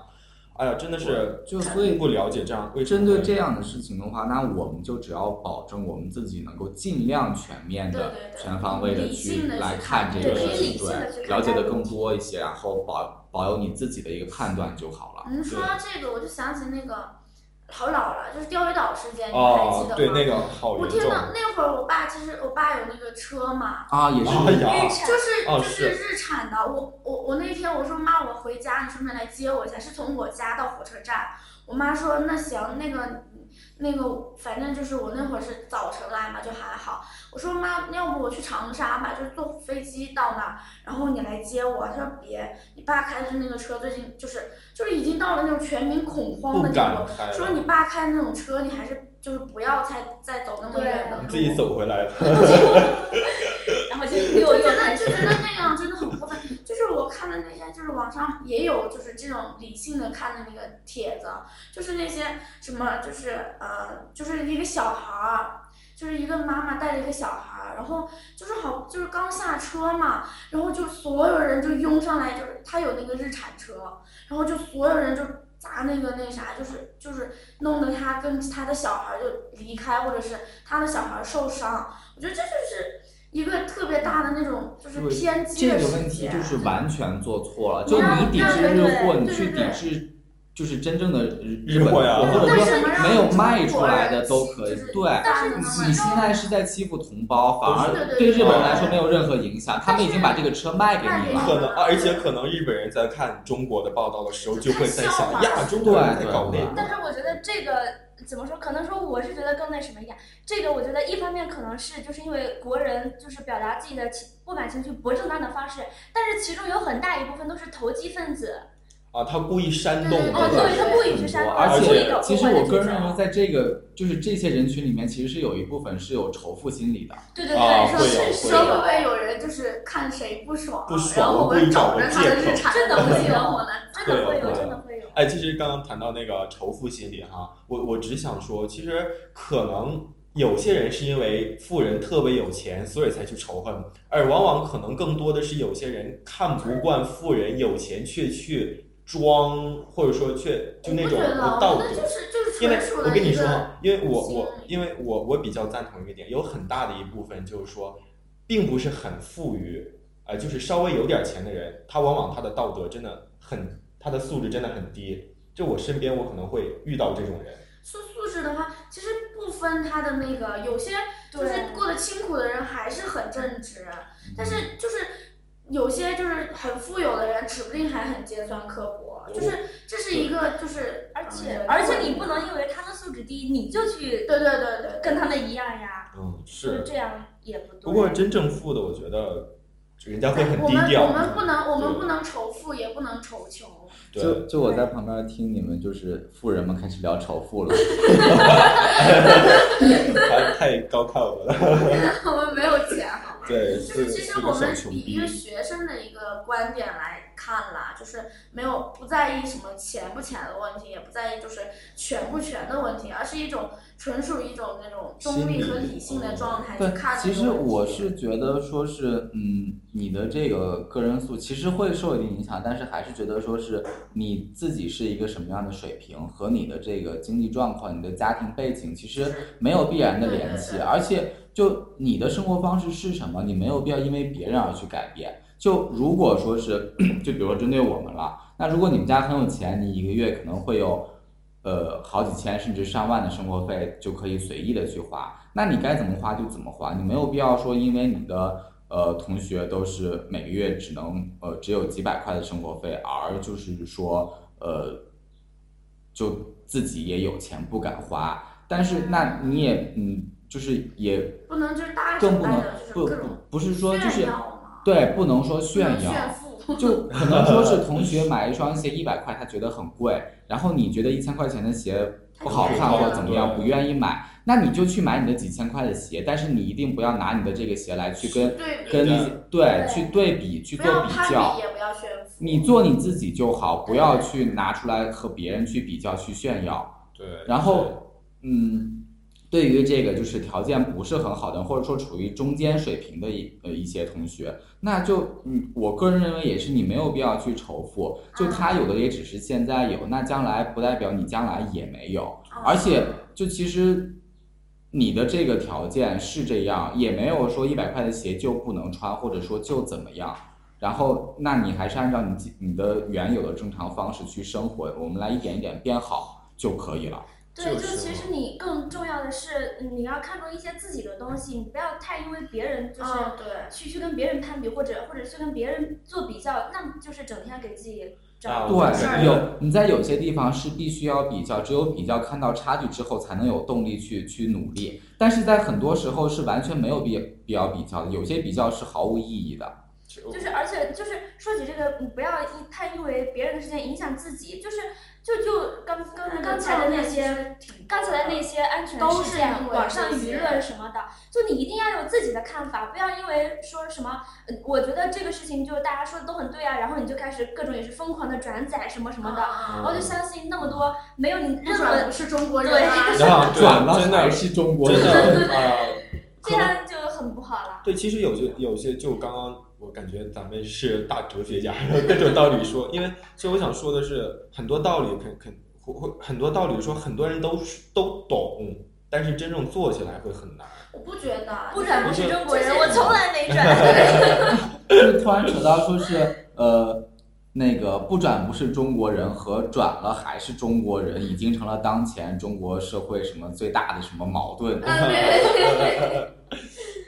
Speaker 3: 哎呀，真的是
Speaker 5: 就所以
Speaker 3: 不了解这样为什么
Speaker 5: 针对
Speaker 3: 会
Speaker 5: 这样的事情的话，那我们就只要保证我们自己能够尽量全面的、
Speaker 6: 对对对
Speaker 5: 全方位的
Speaker 6: 理
Speaker 5: 去
Speaker 6: 性地
Speaker 5: 来
Speaker 6: 去
Speaker 5: 看
Speaker 6: 看
Speaker 5: 这个
Speaker 3: 对
Speaker 5: 事
Speaker 3: 理
Speaker 5: 情，
Speaker 2: 性地去
Speaker 5: 对，
Speaker 2: 看
Speaker 5: 了解
Speaker 2: 待
Speaker 5: 的
Speaker 2: 问
Speaker 5: 更多一些，然后保保有你自己的一个判断就好了。
Speaker 6: 嗯，说到这个，我就想起那个好老了，就是钓鱼岛事件，你还记
Speaker 3: 哦
Speaker 6: 得吗？，
Speaker 3: 对那个好
Speaker 6: 我
Speaker 3: 严
Speaker 6: 听
Speaker 3: 重。
Speaker 6: 到那会儿，我爸其实我爸有那个车嘛，
Speaker 5: 啊，也是
Speaker 3: 哎呀
Speaker 2: 日，产
Speaker 6: 就是
Speaker 3: 哦
Speaker 6: 就是是日产的。我我我那天我说妈，我回家，你顺便来接我一下，是从我家到火车站。我妈说那行，那个那个，反正就是我那会儿是早晨来嘛，就还好。我说妈，要不我去长沙吧，就是坐飞机到那儿，然后你来接我。她说别，你爸开的那个车最近就是就是已经到了那种全民恐慌的
Speaker 3: 不
Speaker 6: 那
Speaker 3: 敢
Speaker 6: 种
Speaker 3: 开，了
Speaker 6: 说你爸开那种车，你还是就是不要再再走那么远的路。
Speaker 3: 你自己
Speaker 2: <laughs>
Speaker 3: 走回来的。
Speaker 2: 然后就又
Speaker 6: 就
Speaker 2: 又
Speaker 6: 觉得
Speaker 2: 开始
Speaker 6: 就觉得那样真的很过分。就是我看的那些，就是网上也有就是这种理性的看的那个帖子，就是那些什么就是呃就是一个小孩儿。就是一个妈妈带着一个小孩儿，然后就是好，就是刚下车嘛，然后就所有人就拥上来，就是他有那个日产车，然后就所有人就砸那个那啥，就是就是弄得他跟他的小孩儿就离开，或者是他的小孩儿受伤，我觉得这就是一个特别大的那种就是
Speaker 5: 对
Speaker 6: 偏激
Speaker 5: 这
Speaker 6: 的
Speaker 5: 个
Speaker 6: 事
Speaker 5: 问题
Speaker 6: 情。
Speaker 5: 就是完全做错了，
Speaker 6: 你
Speaker 5: 就
Speaker 6: 让
Speaker 5: 你抵制
Speaker 6: 让
Speaker 5: 日
Speaker 6: 人
Speaker 5: 货，你
Speaker 6: 啊对
Speaker 5: 去
Speaker 6: 对
Speaker 5: 抵
Speaker 6: 对
Speaker 5: 制就是真正的日
Speaker 3: 日货呀
Speaker 5: 或者
Speaker 6: 但是能
Speaker 5: 说
Speaker 6: 让
Speaker 5: 没有
Speaker 6: 中
Speaker 5: 卖出
Speaker 6: 国
Speaker 5: 来
Speaker 6: 人
Speaker 5: 的都可以
Speaker 6: 就是。
Speaker 5: 对，
Speaker 6: 大陆能
Speaker 5: 你
Speaker 6: 买
Speaker 5: 现
Speaker 6: 到
Speaker 5: 在是在欺负同胞，反
Speaker 6: 对
Speaker 5: 而
Speaker 6: 对
Speaker 5: 对日
Speaker 6: 对
Speaker 5: 本人来说没有任何影响，他们已经把这个车卖给你了。
Speaker 6: 卖给
Speaker 3: 可能，啊而且可能日本人在看中国的报道的时候，就会在
Speaker 6: 太笑
Speaker 3: 想
Speaker 6: 话了
Speaker 3: 呀，中国人在
Speaker 5: 对
Speaker 3: 搞那
Speaker 5: 对
Speaker 3: 个。
Speaker 2: 但是我觉得这个怎么说？可能说我是觉得更那什么一点。这个我觉得一方面可能是就是因为国人就是表达自己的情不满情绪不正当的方式，但是其中有很大一部分都是投机分子。
Speaker 3: 啊，他故意煽动
Speaker 6: 对
Speaker 3: 的。
Speaker 2: 哦，对，他故意去
Speaker 5: 很
Speaker 2: 煽
Speaker 5: 多
Speaker 2: 动，
Speaker 5: 而
Speaker 2: 故意
Speaker 5: 且
Speaker 2: 搞
Speaker 5: 其
Speaker 2: 破
Speaker 5: 实
Speaker 2: 坏的
Speaker 5: 我个
Speaker 2: 角
Speaker 5: 人认为，
Speaker 2: 色。
Speaker 5: 在这个就是这些人群里面，其实是有一部分是有仇富心理的。
Speaker 2: 对对
Speaker 3: 啊
Speaker 2: 对，
Speaker 6: 说
Speaker 3: 会
Speaker 6: 是
Speaker 3: 有会有
Speaker 6: 说会不会有人就是看谁不爽啊，
Speaker 3: 不爽
Speaker 6: 然后我
Speaker 3: 故意
Speaker 6: 们
Speaker 3: 找
Speaker 6: 找
Speaker 3: 个
Speaker 6: 着他
Speaker 3: 借
Speaker 6: 的
Speaker 3: 口
Speaker 6: 日产
Speaker 2: 真的
Speaker 6: 的东
Speaker 2: 会
Speaker 5: <laughs>
Speaker 6: 西，
Speaker 2: 有
Speaker 6: 然后我来
Speaker 2: 真的会有，
Speaker 3: 对
Speaker 2: 真的会有。
Speaker 3: 哎，其实刚刚谈到那个仇富心理哈，我我只想说，其实可能有些人是因为富人特别有钱，所以才去仇恨，而往往可能更多的是有些人看不惯富人有钱却去装，或者说却就那种不道
Speaker 6: 我
Speaker 3: 德
Speaker 6: 觉得。就是就是
Speaker 3: 因为
Speaker 6: 纯属
Speaker 3: 我
Speaker 6: 的
Speaker 3: 跟你
Speaker 6: 一
Speaker 3: 说
Speaker 6: 个，
Speaker 3: 啊，因为我
Speaker 6: 心
Speaker 3: 我
Speaker 6: 理
Speaker 3: 因为我我比较赞同一个点，有很大的一部分就是说，并不是很富裕，呃，就是稍微有点钱的人，他往往他的道德真的很，他的素质真的很低。就我身边，我可能会遇到这种人。
Speaker 6: 说素质的话，其实不分他的那个，有些就是
Speaker 2: 对
Speaker 6: 过得清苦的人还是很正直，
Speaker 3: 嗯
Speaker 6: 但是就是有些就是很富有的人，指不定还很尖酸刻
Speaker 3: 哦
Speaker 6: 薄，就是这是一个就是，
Speaker 2: 而且
Speaker 6: 嗯
Speaker 2: 而且你不能因为他们素质低，你就去
Speaker 6: 对对对对，
Speaker 2: 跟他们一样呀，
Speaker 3: 嗯，
Speaker 2: 就是。这样也不对。
Speaker 3: 不过真正富的，我觉得人家会很
Speaker 6: 我
Speaker 3: 低
Speaker 6: 们
Speaker 3: 调。
Speaker 6: 我们不能我们
Speaker 3: 对
Speaker 6: 不能仇富，也不能仇穷， <laughs>
Speaker 5: 就
Speaker 3: 对，
Speaker 5: 就我在旁边听你们就是富人们开始聊仇富了，
Speaker 3: 他太高看我了。
Speaker 6: 我们没有钱好吗？
Speaker 3: 对，
Speaker 6: 就是
Speaker 3: 是
Speaker 6: 其
Speaker 3: 是
Speaker 6: 实
Speaker 3: 个
Speaker 6: 我
Speaker 3: 小
Speaker 6: 们
Speaker 3: 穷
Speaker 6: 以一
Speaker 3: 逼
Speaker 6: 个。学生的一个观点来看啦，就是没有不在意什么钱不钱的问题，也不在意就是权不权的问题，而是一种纯属一种那种中立和理性的状态去
Speaker 5: 嗯对
Speaker 6: 看，这
Speaker 5: 其
Speaker 6: 个
Speaker 5: 实
Speaker 6: 问题
Speaker 5: 我是觉得说是，嗯，你的这个个人素其实会受一定影响，但是还是觉得说是你自己是一个什么样的水平和你的这个经济状况、你的家庭背景其实没有必然的联系，
Speaker 6: 对对对
Speaker 5: 而且就你的生活方式是什么，你没有必要因为别人而去改变。就如果说是， <clears throat> 就比如说针对我们了，那如果你们家很有钱，你一个月可能会有。呃，好几千甚至上万的生活费就可以随意的去花，那你该怎么花就怎么花，你没有必要说因为你的呃同学都是每个月只能呃只有几百块的生活费，而就是说呃就自己也有钱不敢花，但是那你也嗯就是也
Speaker 6: 不能就是大手
Speaker 5: 更不
Speaker 6: 大
Speaker 5: 能
Speaker 6: 脚，就是
Speaker 5: 不
Speaker 6: 各
Speaker 5: 不
Speaker 6: 种
Speaker 5: 不是说就
Speaker 6: 炫
Speaker 5: 是
Speaker 6: 耀嘛，
Speaker 5: 对不能说
Speaker 6: 不能
Speaker 5: 炫耀，
Speaker 6: 炫富。 <laughs>
Speaker 5: 就可能说是同学买一双鞋一百块，他觉得很贵，然后你觉得一千块钱的鞋不好看或者怎么样，不愿意买，那你就去买你的几千块的鞋，但是你一定不要拿你的这个鞋来去跟
Speaker 6: 对比，
Speaker 5: 跟
Speaker 3: 对
Speaker 5: 一些对去对比 <laughs> 去
Speaker 6: 不
Speaker 5: 做
Speaker 6: 要
Speaker 5: 比
Speaker 6: 攀
Speaker 5: 较
Speaker 6: 比，，也不要炫富。
Speaker 5: 你做你自己就好，不要去拿出来和别人去比较去炫耀。
Speaker 3: 对，
Speaker 5: 然后，嗯，对于这个就是条件不是很好的，或者说处于中间水平的一呃一些同学，那就嗯，我个人认为也是你没有必要去仇富，就他有的也只是现在有，那将来不代表你将来也没有，而且就其实。你的这个条件是这样，也没有说一百块的鞋就不能穿，或者说就怎么样。然后，那你还是按照你自你的原有的正常方式去生活，我们来一点一点变好就可以了。
Speaker 2: 对，
Speaker 3: 就
Speaker 2: 就是其实你更重要的是，嗯你要看重一些自己的东西，你不要太因为别人就是
Speaker 6: 嗯，对。
Speaker 2: 去去跟别人攀比，或者或者去跟别人做比较，那就是整天给自己
Speaker 3: 啊
Speaker 2: 找
Speaker 3: 我
Speaker 2: 事
Speaker 3: 觉
Speaker 2: 儿
Speaker 5: 对，
Speaker 3: 得
Speaker 5: 有你在有些地方是必须要比较，只有比较看到差距之后，才能有动力去去努力。但是在很多时候是完全没有必必要比较的，有些比较是毫无意义的。
Speaker 2: 就是，而且就是说起这个，你不要因太因为别人的事情影响自己，就是就就刚刚刚才的那些，刚才的那些安全
Speaker 6: 都
Speaker 2: 事
Speaker 6: 是
Speaker 2: 件
Speaker 6: 因为
Speaker 2: 网
Speaker 6: 这
Speaker 2: 上
Speaker 6: 些
Speaker 2: 舆论什么的，就你一定要有自己的看法，不要因为说什么，嗯我觉得这个事情就是大家说的都很对啊，然后你就开始各种也是疯狂的转载什么什么的，
Speaker 6: 啊
Speaker 2: 然后就相信那么多没有你
Speaker 6: 不
Speaker 2: 任
Speaker 6: 转
Speaker 2: 何
Speaker 6: 不是中国人啊，
Speaker 2: 嗯对
Speaker 3: 然
Speaker 6: <laughs>
Speaker 3: 后对
Speaker 5: 转到
Speaker 3: 真的
Speaker 5: 还是中国
Speaker 3: 真
Speaker 5: 人，
Speaker 3: 的啊，
Speaker 2: 这样就很不好了。
Speaker 3: 对，其实有些有些就刚刚我感觉咱们是大哲学家，各种道理说，因为其实我想说的是，很多道理肯肯会会很多道理说很多人都是都懂，但是真正做起来会很难。
Speaker 6: 我不觉得，
Speaker 2: 不转不是中国人，
Speaker 6: 就是
Speaker 2: 我从来没转。
Speaker 5: 就是突然扯到说是呃，那个不转不是中国人和转了还是中国人，已经成了当前中国社会什么最大的什么矛盾。
Speaker 6: 啊，对，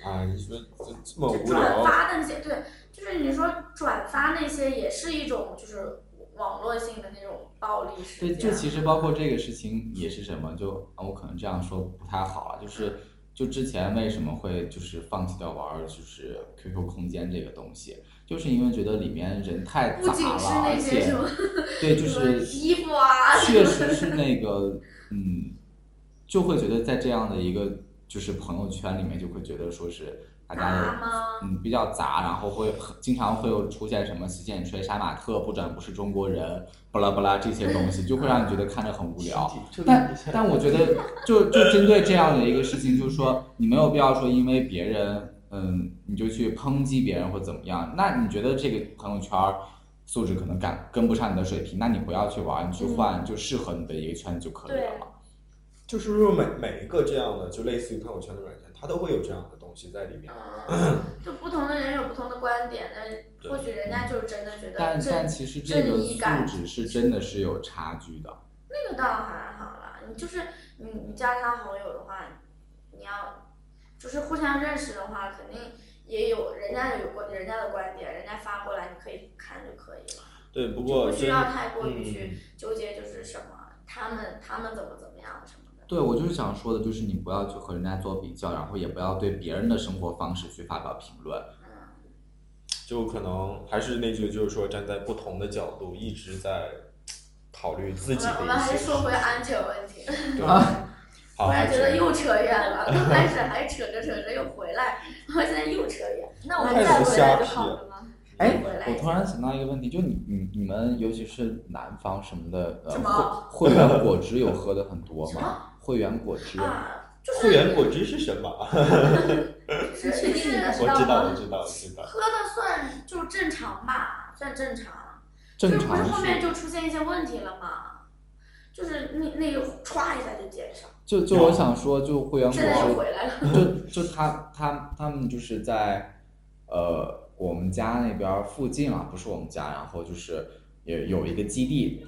Speaker 3: 啊，你说这这么
Speaker 6: 就
Speaker 3: 无
Speaker 6: 转
Speaker 3: 聊，
Speaker 6: 发的那些，对，就是你说转发那些也是一种就是网络性的那种暴力事
Speaker 5: 对，
Speaker 6: 件。
Speaker 5: 这其实包括这个事情也是什么，就啊我可能这样说不太好了，就是就之前为什么会就是放弃掉玩儿就是 QQ 空间这个东西，就是因为觉得里面人太
Speaker 6: 不
Speaker 5: 杂
Speaker 6: 仅
Speaker 5: 了，
Speaker 6: 是
Speaker 5: 而
Speaker 6: 那些
Speaker 5: 且
Speaker 6: 什么
Speaker 5: 对就
Speaker 6: 什么
Speaker 5: 是
Speaker 6: 衣服啊，
Speaker 5: 确实是那个，嗯，就会觉得在这样的一个就是朋友圈里面，就会觉得说是大家有
Speaker 6: 杂吗
Speaker 5: 嗯比较杂，然后会很经常会有出现什么洗剪吹、杀马特、不转不是中国人，巴拉巴拉这些东西，就会让你觉得看着很无聊。
Speaker 3: 嗯
Speaker 5: 但但我觉得就，就针对这样的一个事情，就是说你没有必要说因为别人，嗯，你就去抨击别人或怎么样。那你觉得这个朋友圈儿素质可能赶跟不上你的水平，那你不要去玩，你
Speaker 6: 嗯
Speaker 5: 去换就适合你的一个圈子就可以了嘛。
Speaker 3: 就是说每每一个这样的，就类似于朋友圈的软件，它都会有这样的东西在里面。啊
Speaker 5: <clears throat>
Speaker 6: 嗯就不同的人有不同的观点，但或许人家就是真的觉得
Speaker 5: 但
Speaker 6: 这
Speaker 5: 但其实这个
Speaker 6: 正义
Speaker 5: 素
Speaker 6: 感
Speaker 5: 质是真的是有差距的。
Speaker 6: 那个倒还好啦，你就是你你加他好友的话，你要就是互相认识的话，肯定也有人家有观人家的观点，人家发过来你可以看就可以了，
Speaker 3: 对，不
Speaker 6: 就
Speaker 3: 过
Speaker 6: 不需
Speaker 3: 真
Speaker 6: 要太过于
Speaker 3: 嗯
Speaker 6: 去，纠结就是什么他们他们怎么怎么样什么的。
Speaker 5: 对，我就是想说的，就是你不要去和人家做比较，然后也不要对别人的生活方式去发表评论。
Speaker 6: 嗯，
Speaker 3: 就可能还是那句，就是说站在不同的角度，一直在考虑自己
Speaker 6: 我
Speaker 3: 的一些。
Speaker 6: 们我们还是说回安全问题，
Speaker 3: 好，
Speaker 6: 突然觉
Speaker 3: 还
Speaker 6: 得
Speaker 3: 是
Speaker 6: 又扯远 <laughs> 了，刚开始还扯着扯着又回来，然后现在又扯远。
Speaker 2: 那我们
Speaker 3: 开始
Speaker 2: 再回来
Speaker 3: 瞎
Speaker 2: 就
Speaker 3: 撇
Speaker 2: 好了吗？
Speaker 5: 哎
Speaker 6: 回来，
Speaker 5: 我突然想到一个问题，就你你你们，尤其是南方什么的，
Speaker 6: 什
Speaker 5: 呃
Speaker 6: 么，
Speaker 5: 会会员果汁有喝的很多
Speaker 6: 什
Speaker 5: 吗？会员果汁，
Speaker 6: 啊，就是
Speaker 3: 会员果汁是什么？ <laughs>
Speaker 6: 是
Speaker 2: 确定你的
Speaker 6: 是
Speaker 3: 我知道，我知道，我知道。
Speaker 6: 喝的算就正常吧，算正常。
Speaker 5: 正
Speaker 6: 就是不是
Speaker 5: 常
Speaker 6: 后面
Speaker 5: 是
Speaker 6: 就出现一些问题了嘛？就是那那个歘一下就减少，
Speaker 5: 就就我想说，就会员果
Speaker 6: 现在又回
Speaker 5: 汁，
Speaker 6: 来了。
Speaker 5: <laughs> 就就他他他们就是在呃我们家那边儿附近啊，不是我们家，然后就是也有一个基地，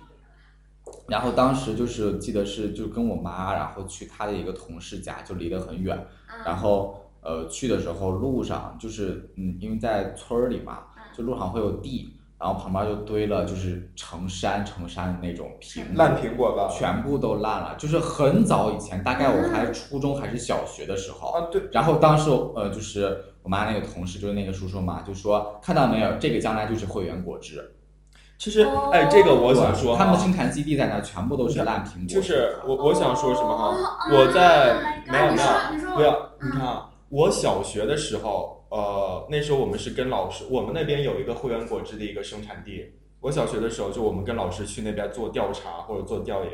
Speaker 5: 然后当时就是记得是就跟我妈，然后去她的一个同事家，就离得很远，然
Speaker 6: 嗯，
Speaker 5: 后呃去的时候路上就是嗯，因为在村儿里嘛，就路上会有地，然后旁边就堆了就是成山成山的那种苹果，
Speaker 3: 烂苹果吧。
Speaker 5: 全部都烂了，就是很早以前，大概我还初中还是小学的时候，
Speaker 3: 啊，对，
Speaker 5: 然后当时我呃就是我妈那个同事就是那个叔叔嘛，就说看到没有，这个将来就是会员果汁，
Speaker 3: 其实哎，这个我想说
Speaker 5: 他们
Speaker 3: 哈
Speaker 5: 的，生产基地在那儿全部都是烂苹果，
Speaker 3: 就是我我想说什么哈，
Speaker 2: 哦
Speaker 3: 我在
Speaker 5: Oh
Speaker 2: 哦
Speaker 3: 没有没有。
Speaker 6: 你说
Speaker 3: 不要，你看啊，我小学的时候，呃，那时候我们是跟老师，我们那边有一个汇源果汁的一个生产地。我小学的时候，就我们跟老师去那边做调查或者做调研。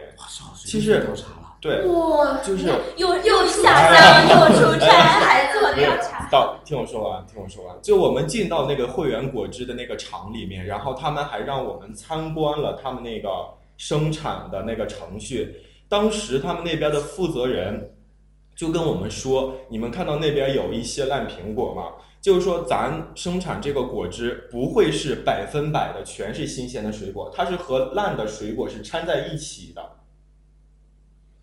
Speaker 3: 其实
Speaker 5: 调查了，
Speaker 3: 对，
Speaker 6: 我
Speaker 3: 就是
Speaker 2: 又又下乡又出差，
Speaker 5: <laughs>
Speaker 2: 还做
Speaker 3: 没有
Speaker 2: 调查。
Speaker 3: 到，听我说完，听我说完。就我们进到那个汇源果汁的那个厂里面，然后他们还让我们参观了他们那个生产的那个程序。当时他们那边的负责人就跟我们说：“你们看到那边有一些烂苹果嘛，就是说咱生产这个果汁不会是百分百的全是新鲜的水果，它是和烂的水果是掺在一起的。”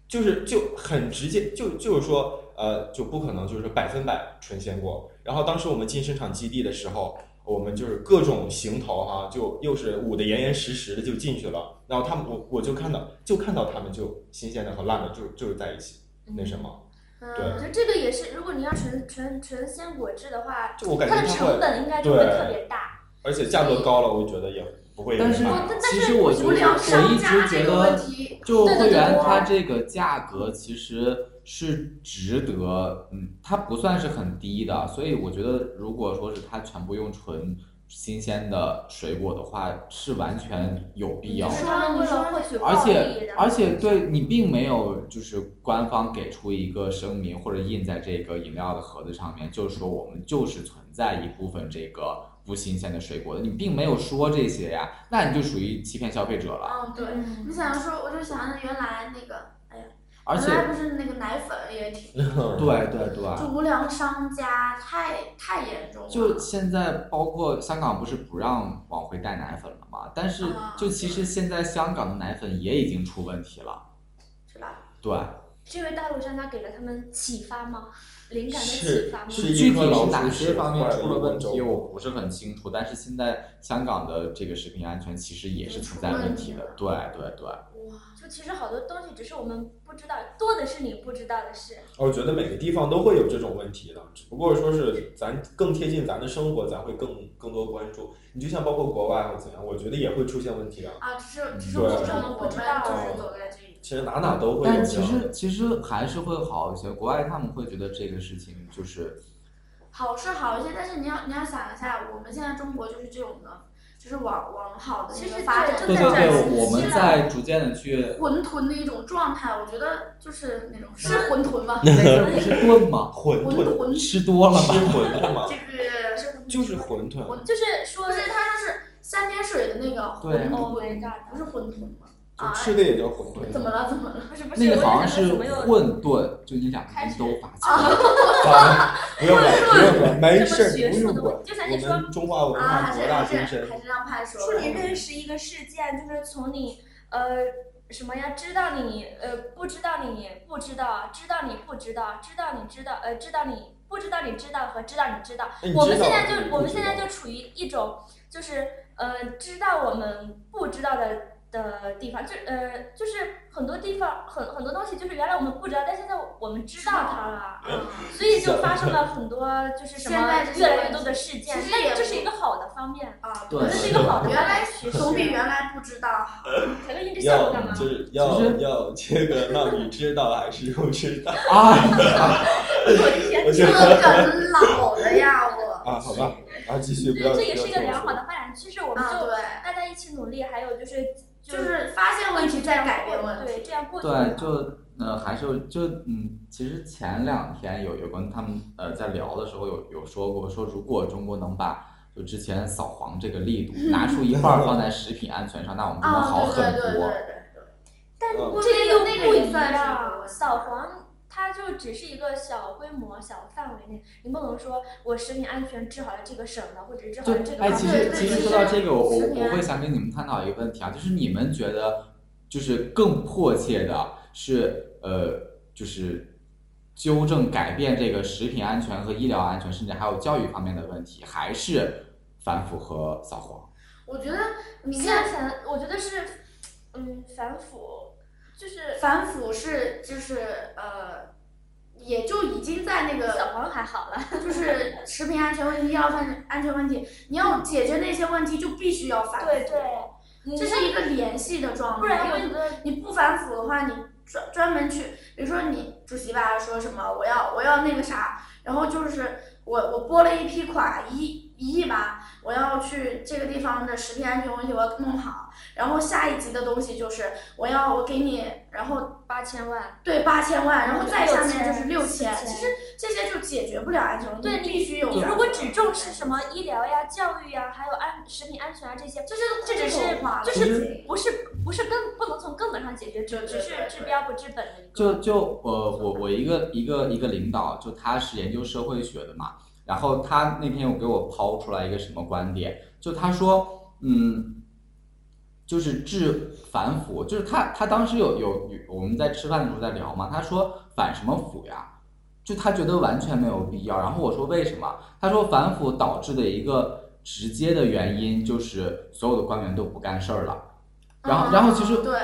Speaker 3: 就是就很直接，就就是说，呃，就不可能就是百分百纯鲜果。然后当时我们进生产基地的时候，我们就是各种行头哈、就又是捂得严严实实的就进去了。然后他们，我我就看到，就看到他们就新鲜的和烂的就就是在一起，那什么，
Speaker 6: 嗯，
Speaker 2: 我觉得这个也是，如果你要纯纯纯鲜果汁的话，
Speaker 3: 就我感觉
Speaker 2: 它的
Speaker 3: 它
Speaker 2: 成
Speaker 3: 会，
Speaker 2: 本应该就会特别大。
Speaker 3: 而且价格高了，我觉得也不会有人
Speaker 5: 但是
Speaker 3: 买。
Speaker 2: 但
Speaker 5: 其
Speaker 2: 但
Speaker 5: 实
Speaker 2: 是
Speaker 5: 我觉
Speaker 6: 无
Speaker 5: 得
Speaker 6: 聊
Speaker 5: 我一
Speaker 6: 商
Speaker 5: 直
Speaker 6: 家
Speaker 5: 觉
Speaker 6: 这个问
Speaker 5: 得。
Speaker 6: 题，
Speaker 5: 就
Speaker 2: 对对
Speaker 5: 会员
Speaker 2: 对
Speaker 5: 它这个价格其实是值得，嗯，它不算是很低的，所以我觉得如果说是它全部用纯新鲜的水果的话，是完全有必要
Speaker 2: 就
Speaker 5: 的
Speaker 2: 是。他们为了获取
Speaker 5: 而
Speaker 2: 暴利，
Speaker 5: 且
Speaker 2: 然后
Speaker 5: 而且对你并没有就是官方给出一个声明或者印在这个饮料的盒子上面，就是说我们就是存在一部分这个不新鲜的水果的，你并没有说这些呀，那你就属于欺骗消费者了。
Speaker 6: 嗯，对，
Speaker 2: 嗯
Speaker 6: 你想说，我就想着原来那个，哎呀，
Speaker 5: 而
Speaker 6: 本
Speaker 5: 且
Speaker 2: 啊
Speaker 6: 来不是那个奶粉也挺，
Speaker 5: <laughs>
Speaker 3: <laughs>
Speaker 5: 对对对，
Speaker 6: 就无良商家太太严重了。
Speaker 5: 就现在，包括香港不是不让往回带奶粉了嘛？但是
Speaker 6: 啊
Speaker 5: 就其实现在香港的奶粉也已经出问题了。
Speaker 6: 是吧？
Speaker 5: 对，
Speaker 2: 是因为大陆商家给了他们启发吗？灵感的启
Speaker 3: 是
Speaker 2: 发吗？
Speaker 3: 是
Speaker 5: 具
Speaker 3: 一
Speaker 5: 体
Speaker 3: 颗
Speaker 5: 是
Speaker 3: 老鼠
Speaker 5: 哪些
Speaker 3: 屎
Speaker 5: 方面
Speaker 3: 坏
Speaker 5: 出了
Speaker 3: 一锅
Speaker 5: 问题，
Speaker 3: 粥
Speaker 5: 我不是很清楚。但是现在香港的这个食品安全其实也是存在问题的。对对对，
Speaker 6: 哇，
Speaker 2: 就其实好多东西只是我们不知道，多的是你不知道的事。
Speaker 3: 我觉得每个地方都会有这种问题的，只不过说是咱更贴近咱的生活，咱会更更多关注。你就像包括国外或怎样，我觉得也会出现问题啊。
Speaker 6: 啊，只是只是
Speaker 3: 对
Speaker 6: 我知道哎的，我们就是
Speaker 3: 对
Speaker 6: 走在这一
Speaker 3: 其实哪哪都会有这
Speaker 5: 但
Speaker 3: 样。
Speaker 5: 其实其实还是会好一些。国外他们会觉得这个事情就是
Speaker 6: 好是好一些，但是你要你要想一下，我们现在中国就是这种的，就是往往好的
Speaker 2: 其
Speaker 6: 那个
Speaker 2: 实
Speaker 6: 发
Speaker 2: 对
Speaker 6: 展，
Speaker 5: 对
Speaker 2: 正
Speaker 5: 对
Speaker 2: 在转
Speaker 5: 对，
Speaker 2: 型
Speaker 5: 我们
Speaker 2: 期啊
Speaker 5: 在逐渐的去
Speaker 6: 混沌的一种状态，我觉得就是那种是混
Speaker 5: <laughs>
Speaker 6: 沌吗？
Speaker 5: 那个不是炖吗？
Speaker 3: 馄
Speaker 6: 馄
Speaker 3: 饨，
Speaker 6: 饨
Speaker 5: 吃多了
Speaker 3: 吃
Speaker 5: 吧？
Speaker 3: 馄饨 <laughs> 嘛，
Speaker 6: 这个是，
Speaker 3: 就是馄饨。
Speaker 2: 就是说
Speaker 6: 不是
Speaker 2: 是
Speaker 6: 它就是三点水的那个
Speaker 5: 对
Speaker 6: 混
Speaker 2: ，Oh
Speaker 6: 沌，
Speaker 2: my god，
Speaker 6: 不是混沌吗？
Speaker 3: 就
Speaker 6: 啊，
Speaker 3: 吃的也叫馄饨，
Speaker 6: 怎么了？怎么了？
Speaker 2: 不是不
Speaker 5: 那
Speaker 2: 我
Speaker 5: 个好像
Speaker 2: 在想
Speaker 5: 是
Speaker 2: 怎么又
Speaker 5: 混沌，就你两个人都发现了。 <laughs>
Speaker 3: 啊不
Speaker 2: <laughs>
Speaker 3: 用管，不用管，没事
Speaker 2: 这
Speaker 3: 儿，
Speaker 2: 么学
Speaker 3: 不
Speaker 2: 术
Speaker 3: 用
Speaker 2: 的
Speaker 3: 管
Speaker 2: 问题就咱就。
Speaker 3: 我们中华文
Speaker 6: 啊，
Speaker 3: 化
Speaker 6: 还
Speaker 3: 博
Speaker 6: 是
Speaker 3: 大
Speaker 6: 还
Speaker 3: 精深
Speaker 6: 是，还是让派说
Speaker 2: 说
Speaker 6: 吧
Speaker 2: 你。认识一个事件，就是从你呃什么呀，知道你呃不知道你不知道，知道你不知道，知道你知道呃知道你不知道你知道和知道你知道。
Speaker 3: 哎你
Speaker 2: 我们
Speaker 3: 知道
Speaker 2: 现在
Speaker 3: 吗
Speaker 2: 就
Speaker 3: 你
Speaker 2: 我们
Speaker 3: 不
Speaker 2: 现
Speaker 3: 知
Speaker 2: 在
Speaker 3: 道
Speaker 2: 就处于一种就是呃知道我们不知道的的地方，就呃就是很多地方很很多东西就是原来我们不知道，但现在我们知道它了。
Speaker 6: 嗯，
Speaker 2: 所以就发生了很多，就是什
Speaker 6: 现
Speaker 2: 么
Speaker 6: 在这些
Speaker 2: 越来越多的事件
Speaker 6: 其，实也
Speaker 2: 但
Speaker 6: 不
Speaker 2: 这是一个好的方面，
Speaker 6: 啊，
Speaker 5: 对
Speaker 2: 这是一个好的
Speaker 6: 原来
Speaker 2: 趋势。
Speaker 6: 总比原来不知道好。
Speaker 3: 呃
Speaker 2: 前面一直笑我干
Speaker 3: 要
Speaker 2: 嘛？
Speaker 3: 就是要
Speaker 5: 其实
Speaker 3: 要这个让你知道还是不知道
Speaker 5: 啊，
Speaker 2: 我之前
Speaker 3: 我觉
Speaker 6: 哎这
Speaker 3: 得
Speaker 6: 个梗老了呀，我。
Speaker 3: 啊，好 <laughs> 吧，啊，继续不
Speaker 2: 对，
Speaker 3: 要。
Speaker 2: 这也是一个
Speaker 3: 不要
Speaker 2: 良好
Speaker 3: 说
Speaker 2: 的发展趋势，我们
Speaker 6: 啊，
Speaker 2: 就
Speaker 6: 对。
Speaker 2: 大家一起努力，还有就是
Speaker 6: 就是发现问题再改变问题。
Speaker 2: 对，这样
Speaker 6: <laughs>
Speaker 2: 过去就好。
Speaker 5: 对，就呃，还是有就嗯，其实前两天有有跟他们呃在聊的时候有有说过，说如果中国能把就之前扫黄这个力度拿出一半儿放在食品安全上，那我们就能好
Speaker 6: 啊，嗯对
Speaker 5: 很
Speaker 6: 对对
Speaker 5: 多。
Speaker 6: 对
Speaker 2: 但
Speaker 3: 嗯
Speaker 2: 这个又
Speaker 6: 那个
Speaker 2: 不
Speaker 6: 也
Speaker 2: 一
Speaker 6: 算是
Speaker 2: 样，扫黄。它就只是一个小规模、小范围内，你不能说我食品安全治好了这个省的，或者治好
Speaker 5: 就
Speaker 2: 了这个
Speaker 5: 哎，
Speaker 2: 行
Speaker 5: 其
Speaker 2: 业。
Speaker 5: 实
Speaker 6: 对
Speaker 5: 其
Speaker 6: 对
Speaker 5: 实
Speaker 6: 其
Speaker 5: 说到
Speaker 6: 实
Speaker 5: 这个，我我
Speaker 6: 食品
Speaker 5: 我
Speaker 6: 安
Speaker 5: 会想跟你们探讨一个问题啊，就是你们觉得就是更迫切的是呃，就是纠正改变这个食品安全和医疗安全，甚至还有教育方面的问题，还是反腐和扫黄？
Speaker 6: 我觉得你
Speaker 2: 现
Speaker 6: 看
Speaker 2: 在反，我觉得是，嗯，反腐，就是
Speaker 6: 反腐是就是呃，也就已经在那
Speaker 2: 扫
Speaker 6: 个
Speaker 2: 黄还好了。
Speaker 6: 就是食品安全问题、医药安安全问题，你要解决那些问题，就必须要反腐。
Speaker 2: 对对，
Speaker 6: 这是一个联系的状态。
Speaker 2: 不然
Speaker 6: 因
Speaker 2: 我
Speaker 6: 为
Speaker 2: 觉得
Speaker 6: 你不反腐的话，你专专门去，比如说你主席吧说什么我要我要那个啥，然后就是我我拨了一批款一亿一亿吧，我要去这个地方的食品安全问题我要弄好，然后下一级的东西就是我要我给你，然后
Speaker 2: 八千万，
Speaker 6: 对八千万，然后再下面就是六
Speaker 2: 6000
Speaker 6: 其实这些就解决不了安全问题，
Speaker 2: 对你
Speaker 6: 必须有
Speaker 2: 你
Speaker 6: 反
Speaker 2: 如果
Speaker 6: 腐
Speaker 2: 只重视什么医疗呀、教育呀，还有安食品安全啊这些，
Speaker 6: 这
Speaker 2: 这只
Speaker 6: 是
Speaker 2: 是
Speaker 6: 系统化了
Speaker 2: 就
Speaker 5: 其
Speaker 2: 是
Speaker 6: 实
Speaker 2: 不是不是根不能从根本上解决，只
Speaker 6: 对对
Speaker 2: 只是
Speaker 6: 对
Speaker 2: 治
Speaker 6: 对
Speaker 2: 标不治本的一个。
Speaker 5: 就就呃，我我一个一个一个领导，就他是研究社会学的嘛，然后他那天有给我抛出来一个什么观点，就他说，嗯，就是治反腐，就是他他当时有有有我们在吃饭的时候在聊嘛，他说反什么腐呀？就他觉得完全没有必要。然后我说为什么？他说反腐导致的一个直接的原因就是所有的官员都不干事儿了，然
Speaker 6: 啊
Speaker 5: 后然后其实
Speaker 6: 嗯对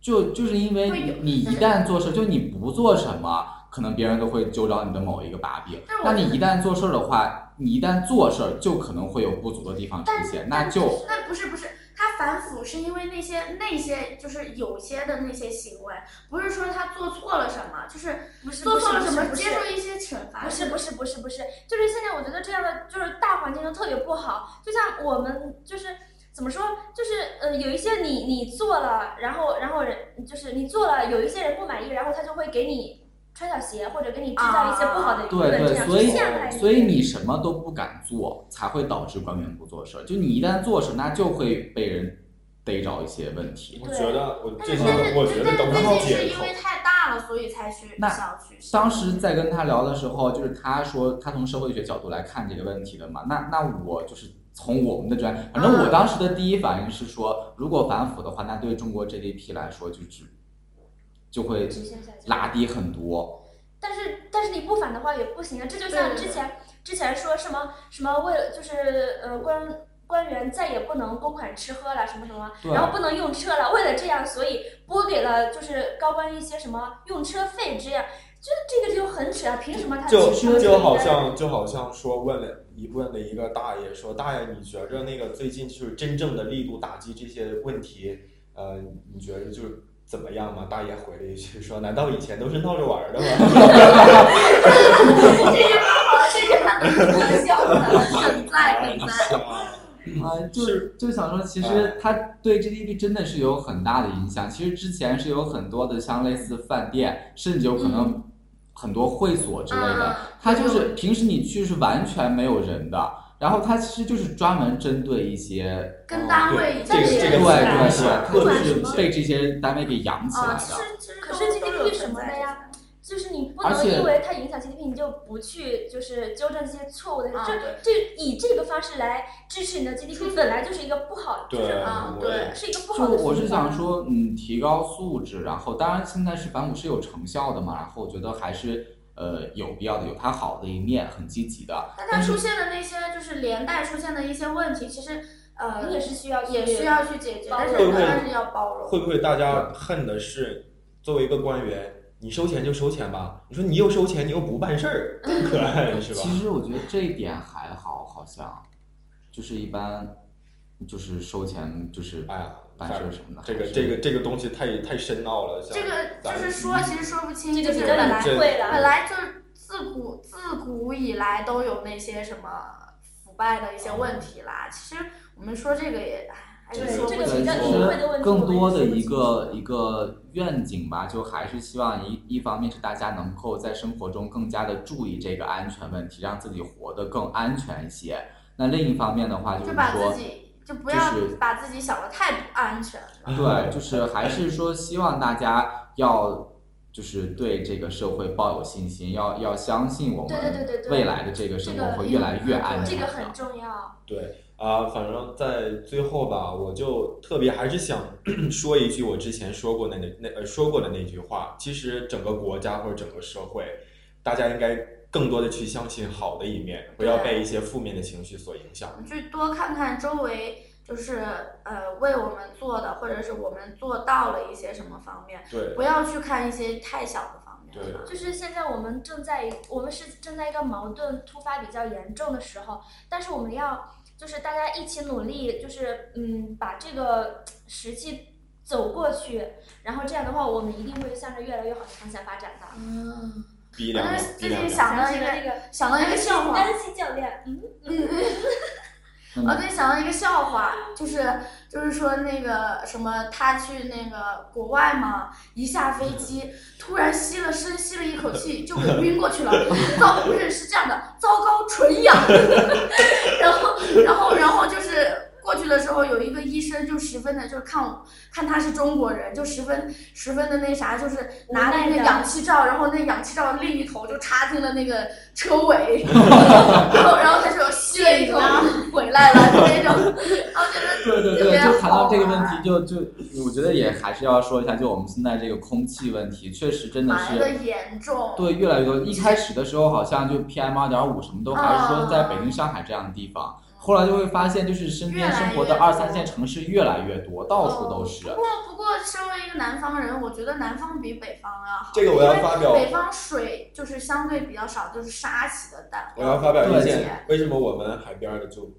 Speaker 5: 就就是因为
Speaker 6: 会有
Speaker 5: 你一旦做事，就你不做什么，可能别人都会揪着你的某一个把柄
Speaker 6: 但。我
Speaker 5: 那你一旦做事儿的话，你一旦做事儿就可能会有不足的地方出
Speaker 6: 但
Speaker 5: 现，那
Speaker 6: 但
Speaker 5: 就
Speaker 6: 那不是不是，他反腐是因为那些那些就是有些的那些行为，不是说他做错了什么，就是
Speaker 2: 不是
Speaker 6: 做
Speaker 2: 不是
Speaker 6: 错了什么
Speaker 2: 不是
Speaker 6: 接受一些惩罚。
Speaker 2: 不是不是不是不是，就是现在我觉得这样的就是大环境都特别不好，就像我们就是怎么说，就是呃有一些你你做了，然后然后人就是你做了，有一些人不满意，然后他就会给你穿小鞋或者给你制造一些不好的舆
Speaker 5: 啊对
Speaker 2: 论，这
Speaker 5: 对，
Speaker 2: 样
Speaker 5: 所
Speaker 2: 去
Speaker 5: 以
Speaker 2: 陷害
Speaker 5: 所以你什么都不敢做，才会导致官员不做事儿。就你一旦做事儿，那就会被人逮着一些问题。
Speaker 3: 我
Speaker 2: 对
Speaker 3: 觉得我
Speaker 6: 但
Speaker 3: 这
Speaker 6: 是
Speaker 3: 些
Speaker 6: 但是
Speaker 3: 我觉得
Speaker 6: 但
Speaker 3: 都
Speaker 6: 是这
Speaker 3: 靠
Speaker 6: 些是
Speaker 3: 借
Speaker 6: 因
Speaker 3: 口
Speaker 6: 为。太大大了，所以才去
Speaker 5: 那
Speaker 6: 想要去上。
Speaker 5: 当
Speaker 2: <laughs>
Speaker 5: 时在跟他聊的时候，就是他说他从社会学角度来看这个问题的嘛。那那我就是从我们的专业，反正我
Speaker 6: 嗯
Speaker 5: 当时的第一反应是说，如果反腐的话，那对中国 GDP 来说就只就会
Speaker 2: 直线下降。
Speaker 5: 拉低很多。
Speaker 2: 但是但是你不反的话也不行啊，这就像
Speaker 6: 对对
Speaker 2: 之前之前说什么什么为了就是呃官官员再也不能公款吃喝了什么什么，
Speaker 5: 对
Speaker 2: 然
Speaker 6: 啊
Speaker 2: 后不能用车了，为了这样所以拨给了就是高官一些什么用车费这样，就这个就很扯啊，凭什么他
Speaker 3: 就
Speaker 2: 其实他
Speaker 3: 就
Speaker 2: 应
Speaker 3: 好
Speaker 2: 该
Speaker 3: 像就好像说问了一问了一个大爷说大爷你觉着那个最近就是真正的力度打击这些问题，呃，你觉着就是怎么样嘛？大爷回了一句说难道以前都是闹着玩儿的吗？ <laughs>
Speaker 6: 这句话好，这句话很笑的，很在
Speaker 2: <laughs>
Speaker 6: 很在。
Speaker 5: 啊、就是就想说，其
Speaker 6: 嗯
Speaker 5: 实它对 GDP 真的是有很大的影响。其实之前是有很多的像类似饭店，甚至有可能很多会所之类的，
Speaker 6: 嗯
Speaker 5: 它
Speaker 2: 啊
Speaker 5: 就是平时你去是完全没有人的，然后它其实就是专门针对一些
Speaker 6: 跟单位已经
Speaker 3: 这个这
Speaker 5: 对
Speaker 3: 个
Speaker 5: 对
Speaker 3: 明显明显
Speaker 5: 对，
Speaker 3: 特
Speaker 5: 特
Speaker 3: 别
Speaker 5: 别
Speaker 3: 明
Speaker 5: 是
Speaker 3: 显
Speaker 5: 被这些单位给养起来
Speaker 6: 啊，
Speaker 5: 的。
Speaker 6: 其实
Speaker 2: 可是 GDP 什么的呀？就是你不
Speaker 5: 而
Speaker 2: 能
Speaker 5: 且
Speaker 2: 因为它影响 GDP，你就不去就是纠正这些错误的，
Speaker 6: 啊
Speaker 2: 这这以这个方式来支持你的 GDP，本来就是一个不好，就
Speaker 3: 对
Speaker 2: 是
Speaker 6: 啊
Speaker 3: 我也
Speaker 6: 对
Speaker 2: 是一个不
Speaker 5: 就
Speaker 2: 好的。
Speaker 5: 我是想，说，嗯，提高素质，然后当然现在是反腐是有成效的嘛，然后我觉得还是呃有必要的，有它好的一面，很积极的。
Speaker 6: 但它出现的那些就是连带出现的一些问题，其实呃
Speaker 2: 你也是需要
Speaker 6: 也
Speaker 2: 去
Speaker 6: 需要去解决，
Speaker 2: 包
Speaker 6: 但
Speaker 2: 容
Speaker 6: 是
Speaker 3: 会不会
Speaker 6: 但是要包容。
Speaker 3: 会不会大家恨的是作为一个官员，你收钱就收钱吧？你说你又收钱，你又不办事儿，更可恨
Speaker 6: <laughs>
Speaker 3: 是吧？
Speaker 5: 其实我觉得这一点还好，好像就是一般就是收钱就是
Speaker 3: 哎呀，
Speaker 5: 办事儿什么的。
Speaker 3: 这个
Speaker 5: 还是
Speaker 3: 这个这个东西太太深奥了。像
Speaker 6: 这个
Speaker 3: 咱
Speaker 6: 就是说，其实说不清，
Speaker 2: 这
Speaker 6: 就
Speaker 2: 个
Speaker 6: 是
Speaker 2: 比较
Speaker 6: 本来
Speaker 2: 隐晦
Speaker 3: 这
Speaker 2: 了。
Speaker 6: 本来就是自古自古以来都有那些什么腐败的一些问题啦。其实我们说这个也，哎还
Speaker 2: 这
Speaker 6: 是
Speaker 2: 个
Speaker 6: 说
Speaker 2: 这
Speaker 6: 不
Speaker 5: 对
Speaker 2: 个比
Speaker 6: 清
Speaker 2: 较
Speaker 5: 其
Speaker 2: 隐
Speaker 5: 实
Speaker 2: 晦的问题
Speaker 5: 更
Speaker 2: 我们
Speaker 5: 多的
Speaker 2: 也说不
Speaker 5: 一
Speaker 2: 清
Speaker 5: 个一个愿景吧，就还是希望一一方面是大家能够在生活中更加的注意这个安全问题，让自己活得更安全一些。那另一方面的话，就
Speaker 6: 就是把
Speaker 5: 说
Speaker 6: 自，己就不要
Speaker 5: 就是嗯
Speaker 6: 把自己想的太不安全。
Speaker 5: 对，就是还是说希望大家要就是对这个社会抱有信心，要要相信我
Speaker 2: 对对对
Speaker 5: 们
Speaker 2: 对对
Speaker 5: 未来的这个生活会越来越安
Speaker 2: 这
Speaker 5: 全
Speaker 2: 个
Speaker 5: 的。
Speaker 2: 很重要。
Speaker 3: 对啊、反正在最后吧，我就特别还是想 <clears throat> 说一句我之前说过的那那呃说过的那句话。其实整个国家或者整个社会，大家应该更多的去相信好的一面，不要
Speaker 6: 啊
Speaker 3: 被一些负面的情绪所影响。
Speaker 6: 去多看看周围，就是呃为我们做的，或者是我们做到了一些什么方面，
Speaker 3: 对
Speaker 6: 不要去看一些太小的方面。
Speaker 3: 对，
Speaker 2: 就是现在我们正在一我们是正在一个矛盾突发比较严重的时候，但是我们要就是大家一起努力，就是嗯把这个时期走过去，然后这样的话，我们一定会向着越来越好的方向发展的。
Speaker 6: 嗯，
Speaker 3: 逼
Speaker 6: 我
Speaker 3: 良
Speaker 6: 就是
Speaker 3: 逼
Speaker 6: 最
Speaker 3: 良
Speaker 6: 近
Speaker 3: 人。
Speaker 6: 想到
Speaker 2: 想
Speaker 6: 一
Speaker 2: 起了那
Speaker 6: 个
Speaker 2: 个
Speaker 6: 想到一个笑话，
Speaker 2: 安西教练，嗯，
Speaker 5: 那
Speaker 6: 我
Speaker 5: 么
Speaker 6: 最近想到一个笑话，就是就是说那个什么，他去那个国外嘛，一下飞机突然吸了深吸了一口气，就给晕过去了。 <laughs> 糟，不是是这样的，糟糕，纯氧。 <laughs> 然后然后然后就是过去的时候，有一个医生就十分的，就是看我看他是中国人，就十分十分的那啥，就是拿那
Speaker 2: 无奈
Speaker 6: 个
Speaker 2: 的
Speaker 6: 氧气罩，然后那氧气罩另一头就插进了那个车尾， <laughs> 然后然后他就吸了一口啊回来了，就
Speaker 5: <laughs>
Speaker 6: 那种，哦然后觉得
Speaker 5: 对对
Speaker 6: 特
Speaker 5: 对，
Speaker 6: 别
Speaker 5: 就谈到
Speaker 6: 好
Speaker 5: 这个问
Speaker 6: 玩
Speaker 5: 题，就就我觉得也还是要说一下，就我们现在这个空气问题，确实真的
Speaker 6: 埋
Speaker 5: 是
Speaker 6: 的严重。
Speaker 5: 对，越来越多。一开始的时候好像就 PM 二点五什么都还是说在北京、上海这样的地方，后来就会发现就是身边生活的
Speaker 6: 哦越
Speaker 5: 二
Speaker 6: 来越多哦
Speaker 5: 三线城市越来越多，到处都是
Speaker 6: 不。过不过，身为一个南方人，我觉得南方比北方要好。
Speaker 3: 这个我要发表
Speaker 6: 因为北方水就是相对比较少，就是沙起的淡。
Speaker 3: 我要发表意
Speaker 6: 对
Speaker 3: 见，为什么我们海边儿的就，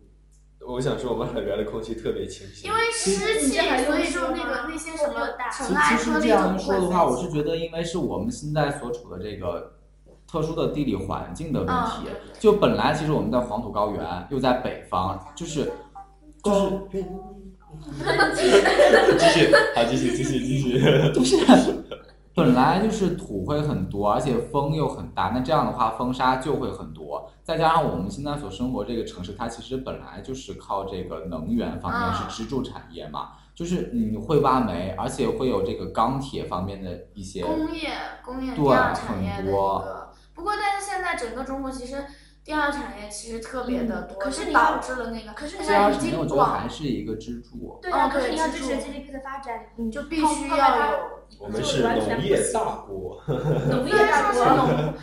Speaker 3: 我想说我们海边儿的空气特别清新
Speaker 6: 因。为湿
Speaker 2: 你
Speaker 6: 气，
Speaker 2: 这还用
Speaker 6: 所以
Speaker 2: 说
Speaker 6: 就那
Speaker 2: 吗
Speaker 6: 个那些什么
Speaker 5: 其
Speaker 6: 尘
Speaker 5: 实
Speaker 6: 埃
Speaker 5: 其
Speaker 6: 颗
Speaker 5: 实这
Speaker 6: 粒就
Speaker 5: 样
Speaker 6: 不
Speaker 5: 说
Speaker 6: 会
Speaker 5: 的话，
Speaker 6: 飞
Speaker 5: 我
Speaker 6: 起
Speaker 5: 是觉得，因为是我们现在所处的这个特殊的地理环境的问
Speaker 6: 嗯
Speaker 5: 题
Speaker 6: 对对，
Speaker 5: 就本来其实我们在黄土高原，又在北方，就是就是
Speaker 3: 继续，好，继续，继续，继
Speaker 6: <laughs>
Speaker 3: 续。
Speaker 5: <laughs> 就是本来就是土会很多，而且风又很大，那这样的话风沙就会很多。再加上我们现在所生活这个城市，它其实本来就是靠这个能源方面
Speaker 6: 啊
Speaker 5: 是支柱产业嘛，就是你会挖煤，而且会有这个钢铁方面的一些，
Speaker 6: 嗯工业工业
Speaker 5: 对
Speaker 6: 第二产业
Speaker 5: 很
Speaker 6: 的一
Speaker 5: 多
Speaker 6: 个。不过，但是现在整个中国其实第二产业其实特别的多，
Speaker 2: 可是你
Speaker 6: 导
Speaker 2: 要
Speaker 6: 致了那个，
Speaker 2: 可是
Speaker 6: 现
Speaker 2: 你
Speaker 5: 第
Speaker 6: 在
Speaker 5: 二
Speaker 6: 已
Speaker 5: 产业我
Speaker 6: 经
Speaker 5: 觉得
Speaker 6: 广
Speaker 5: 还是一个支柱。
Speaker 2: 对啊，
Speaker 6: 哦
Speaker 2: 可是
Speaker 6: 对
Speaker 2: 你要
Speaker 6: 支
Speaker 2: 支持
Speaker 6: 柱
Speaker 2: GDP 的发展，
Speaker 6: 你
Speaker 2: 你
Speaker 6: 就
Speaker 2: 就
Speaker 6: 必须要 <laughs> 有。
Speaker 3: 我们是农业大国，
Speaker 2: 农业
Speaker 6: 虽
Speaker 2: 大
Speaker 6: 然说啊
Speaker 5: <laughs>
Speaker 6: 是
Speaker 2: 国。
Speaker 6: <laughs> 农，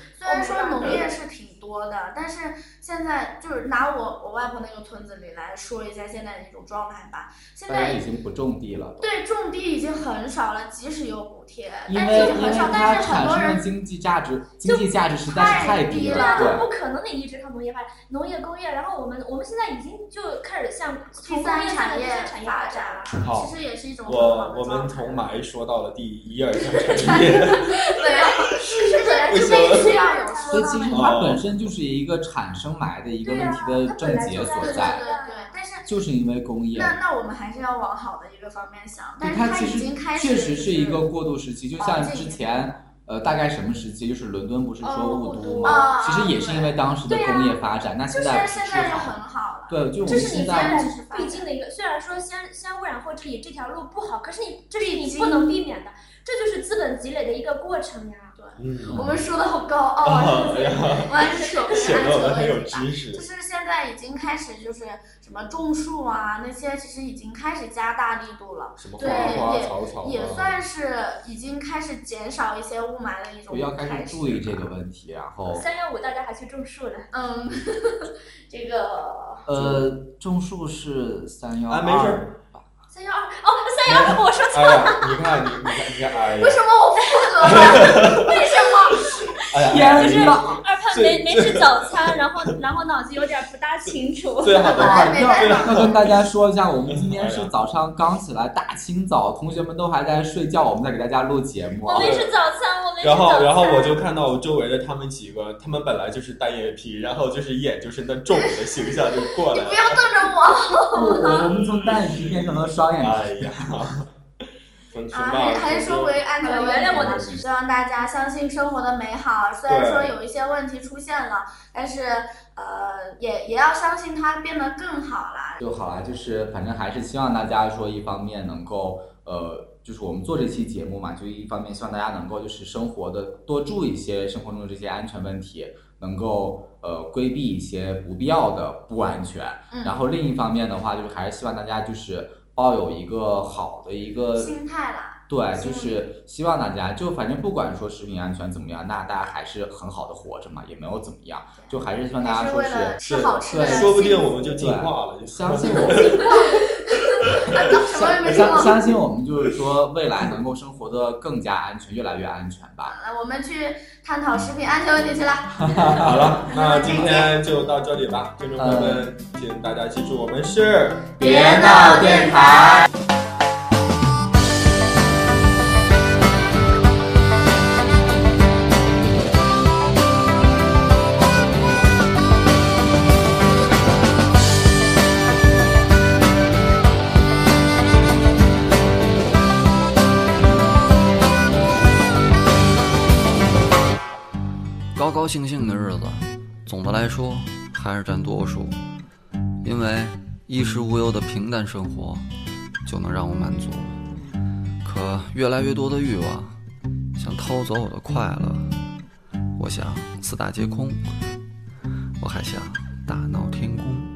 Speaker 6: 虽然说农业是挺多的，但是现在就是拿我我外婆那个村子里来说一下现在的一种状态吧。现
Speaker 5: 大家
Speaker 6: 在
Speaker 5: 已经不种地了，
Speaker 6: 对种地已经很少了，即使有补贴，
Speaker 5: 因
Speaker 6: 但
Speaker 5: 为
Speaker 6: 是已
Speaker 5: 因
Speaker 6: 经
Speaker 5: 为
Speaker 6: 很少。
Speaker 5: 它
Speaker 6: 但是很
Speaker 5: 产
Speaker 6: 多
Speaker 5: 生
Speaker 6: 人
Speaker 5: 的经济价值，经济价值实在是
Speaker 6: 太
Speaker 5: 太
Speaker 6: 低
Speaker 5: 低
Speaker 2: 对啊，
Speaker 6: 了
Speaker 5: 对
Speaker 2: 它。不可能得一直靠农业发展，农业、工业，然后我们我们现在已经就开始向
Speaker 6: 第
Speaker 2: 从工
Speaker 6: 三
Speaker 2: 业向
Speaker 6: 产
Speaker 2: 第
Speaker 6: 业
Speaker 2: 三产业
Speaker 6: 发
Speaker 2: 发
Speaker 6: 展
Speaker 2: 展
Speaker 6: 了
Speaker 2: 了。，
Speaker 3: 好
Speaker 6: 其实也是一种很好
Speaker 3: 我
Speaker 6: 的
Speaker 3: 我
Speaker 6: 状
Speaker 3: 们
Speaker 6: 态
Speaker 3: 从埋说到了第一
Speaker 6: <laughs>
Speaker 3: 二三产业，
Speaker 6: 本来啊是本来就必
Speaker 5: <laughs>
Speaker 6: 须要有
Speaker 5: 所
Speaker 6: 说
Speaker 5: 以
Speaker 6: 到
Speaker 5: 其
Speaker 6: 那
Speaker 5: 实
Speaker 6: 个
Speaker 5: 它本身就是一个产生埋的一个问题的症结所
Speaker 6: 对对
Speaker 5: 在，
Speaker 6: 对对，但是
Speaker 5: 就是因为工业。
Speaker 6: 那那我们还是要往好的一个方面想，但
Speaker 5: 对
Speaker 6: 是
Speaker 5: 它其
Speaker 6: 已
Speaker 5: 实
Speaker 6: 经开始
Speaker 5: 确
Speaker 6: 就
Speaker 5: 实是一个过渡时期，就像之前呃大概什么时期，就是伦敦不是说
Speaker 2: 哦
Speaker 5: 雾
Speaker 2: 雾
Speaker 5: 都
Speaker 2: 都
Speaker 5: 嘛，
Speaker 6: 啊
Speaker 5: 其实也是因为当时的
Speaker 2: 对啊
Speaker 5: 工业发展，那
Speaker 6: 就
Speaker 5: 现
Speaker 6: 是
Speaker 5: 在
Speaker 6: 现
Speaker 5: 不是
Speaker 6: 在就
Speaker 5: 嘛
Speaker 6: 很好了。
Speaker 5: 对，就我
Speaker 2: 这
Speaker 5: 们
Speaker 2: 是
Speaker 5: 现
Speaker 2: 你现
Speaker 5: 在
Speaker 2: 在必经的一个，虽然说先先污染后治理这条路不好，可是你这是
Speaker 6: 必
Speaker 2: 你
Speaker 6: 经
Speaker 2: 不能避免的，这就是资本积累的一个过程呀。
Speaker 3: 嗯，
Speaker 6: 我们说的好高傲啊，
Speaker 3: 啊，然后
Speaker 6: 我还是扯回
Speaker 3: <laughs> 显
Speaker 6: 来
Speaker 3: 得我们
Speaker 6: 扯
Speaker 3: 很有
Speaker 6: 回去吧。
Speaker 3: 知
Speaker 6: 啊就
Speaker 3: 识。
Speaker 6: 是现在已经开始就是什么种树啊那些，其实已经开始加大力度了，
Speaker 3: 什么花
Speaker 6: 对
Speaker 3: 花
Speaker 6: 也
Speaker 3: 草草啊，
Speaker 6: 也算是已经开始减少一些雾霾的一种
Speaker 5: 就要开
Speaker 6: 开
Speaker 5: 始注意这个问题，然后
Speaker 2: 三幺五大家还去种树呢，
Speaker 6: 嗯， <laughs> 这个
Speaker 5: 呃种树是三幺
Speaker 3: 啊没事
Speaker 5: 二
Speaker 3: 儿，
Speaker 2: 三幺二哦，三幺二，我说
Speaker 3: 哎呀，你看你你看你看，哎呀
Speaker 6: 为，什么我不合了？为什么？
Speaker 3: 哎呀，
Speaker 5: 天
Speaker 2: 就是
Speaker 5: 哪！
Speaker 2: 二胖没没吃早餐，然后然后脑子有点不大清楚。
Speaker 3: 最好
Speaker 6: <laughs>
Speaker 3: 的
Speaker 6: 本来
Speaker 3: 话，
Speaker 6: 没在
Speaker 5: 要跟大家说一下，我们今天是早上刚起来，大清早，同学们都还在睡觉，我们在给大家录节目啊
Speaker 2: 我。没吃早餐，我没吃
Speaker 3: 然
Speaker 2: 早餐。
Speaker 3: 后然后我就看到我周围的他们几个，他们本来就是单眼皮，然后就是一眼就是那重的形象就过来
Speaker 6: <laughs> 不
Speaker 3: 了。
Speaker 6: 要瞪着我！
Speaker 5: 我们从单眼皮变成了双眼皮。
Speaker 3: 哎呀，
Speaker 6: <laughs>
Speaker 3: 很很
Speaker 6: 啊，
Speaker 3: 大
Speaker 6: 还还是说回安全问题
Speaker 2: 原谅我的
Speaker 6: 希望大家相信生活的美好。虽然
Speaker 3: 对
Speaker 6: 说有一些问题出现了，但是呃，也也要相信它变得更好啦。
Speaker 5: 就好啦，就是反正还是希望大家说，一方面能够呃，就是我们做这期节目嘛，就一方面希望大家能够就是生活的多注意一些生活中的这些安全问题，能够呃规避一些不必要的不安全。
Speaker 6: 嗯
Speaker 5: 然后另一方面的话，就是还是希望大家就是抱有一个好的一个
Speaker 6: 心态啦，
Speaker 5: 对，
Speaker 6: 希
Speaker 5: 就
Speaker 6: 望
Speaker 5: 是希望大家就反正不管说食品安全怎么样，那大家还是很好的活着嘛，也没有怎么样，就还是希望大
Speaker 6: 还
Speaker 5: 家
Speaker 6: 是
Speaker 5: 说
Speaker 6: 为
Speaker 5: 是
Speaker 6: <laughs> 了吃好吃的
Speaker 5: 对
Speaker 6: 幸福。
Speaker 3: 说不定我们就进化了，就
Speaker 5: 相信我们。
Speaker 6: <laughs> 啊当什么也没听
Speaker 5: 相
Speaker 6: 过。
Speaker 5: 相信我们就是说，未来能够生活的更加安全，越来越安全吧。
Speaker 6: 来，呃我们去探讨食品安全问题去了。
Speaker 3: 好了， <laughs> 嗯那今天就到这里吧，听众朋友们，请大家记住，我们是。
Speaker 5: 别闹电台。
Speaker 7: 高高兴兴的日子，总的来说还是占多数，因为衣食无忧的平淡生活就能让我满足。可越来越多的欲望想偷走我的快乐，我想四大皆空，我还想大闹天宫。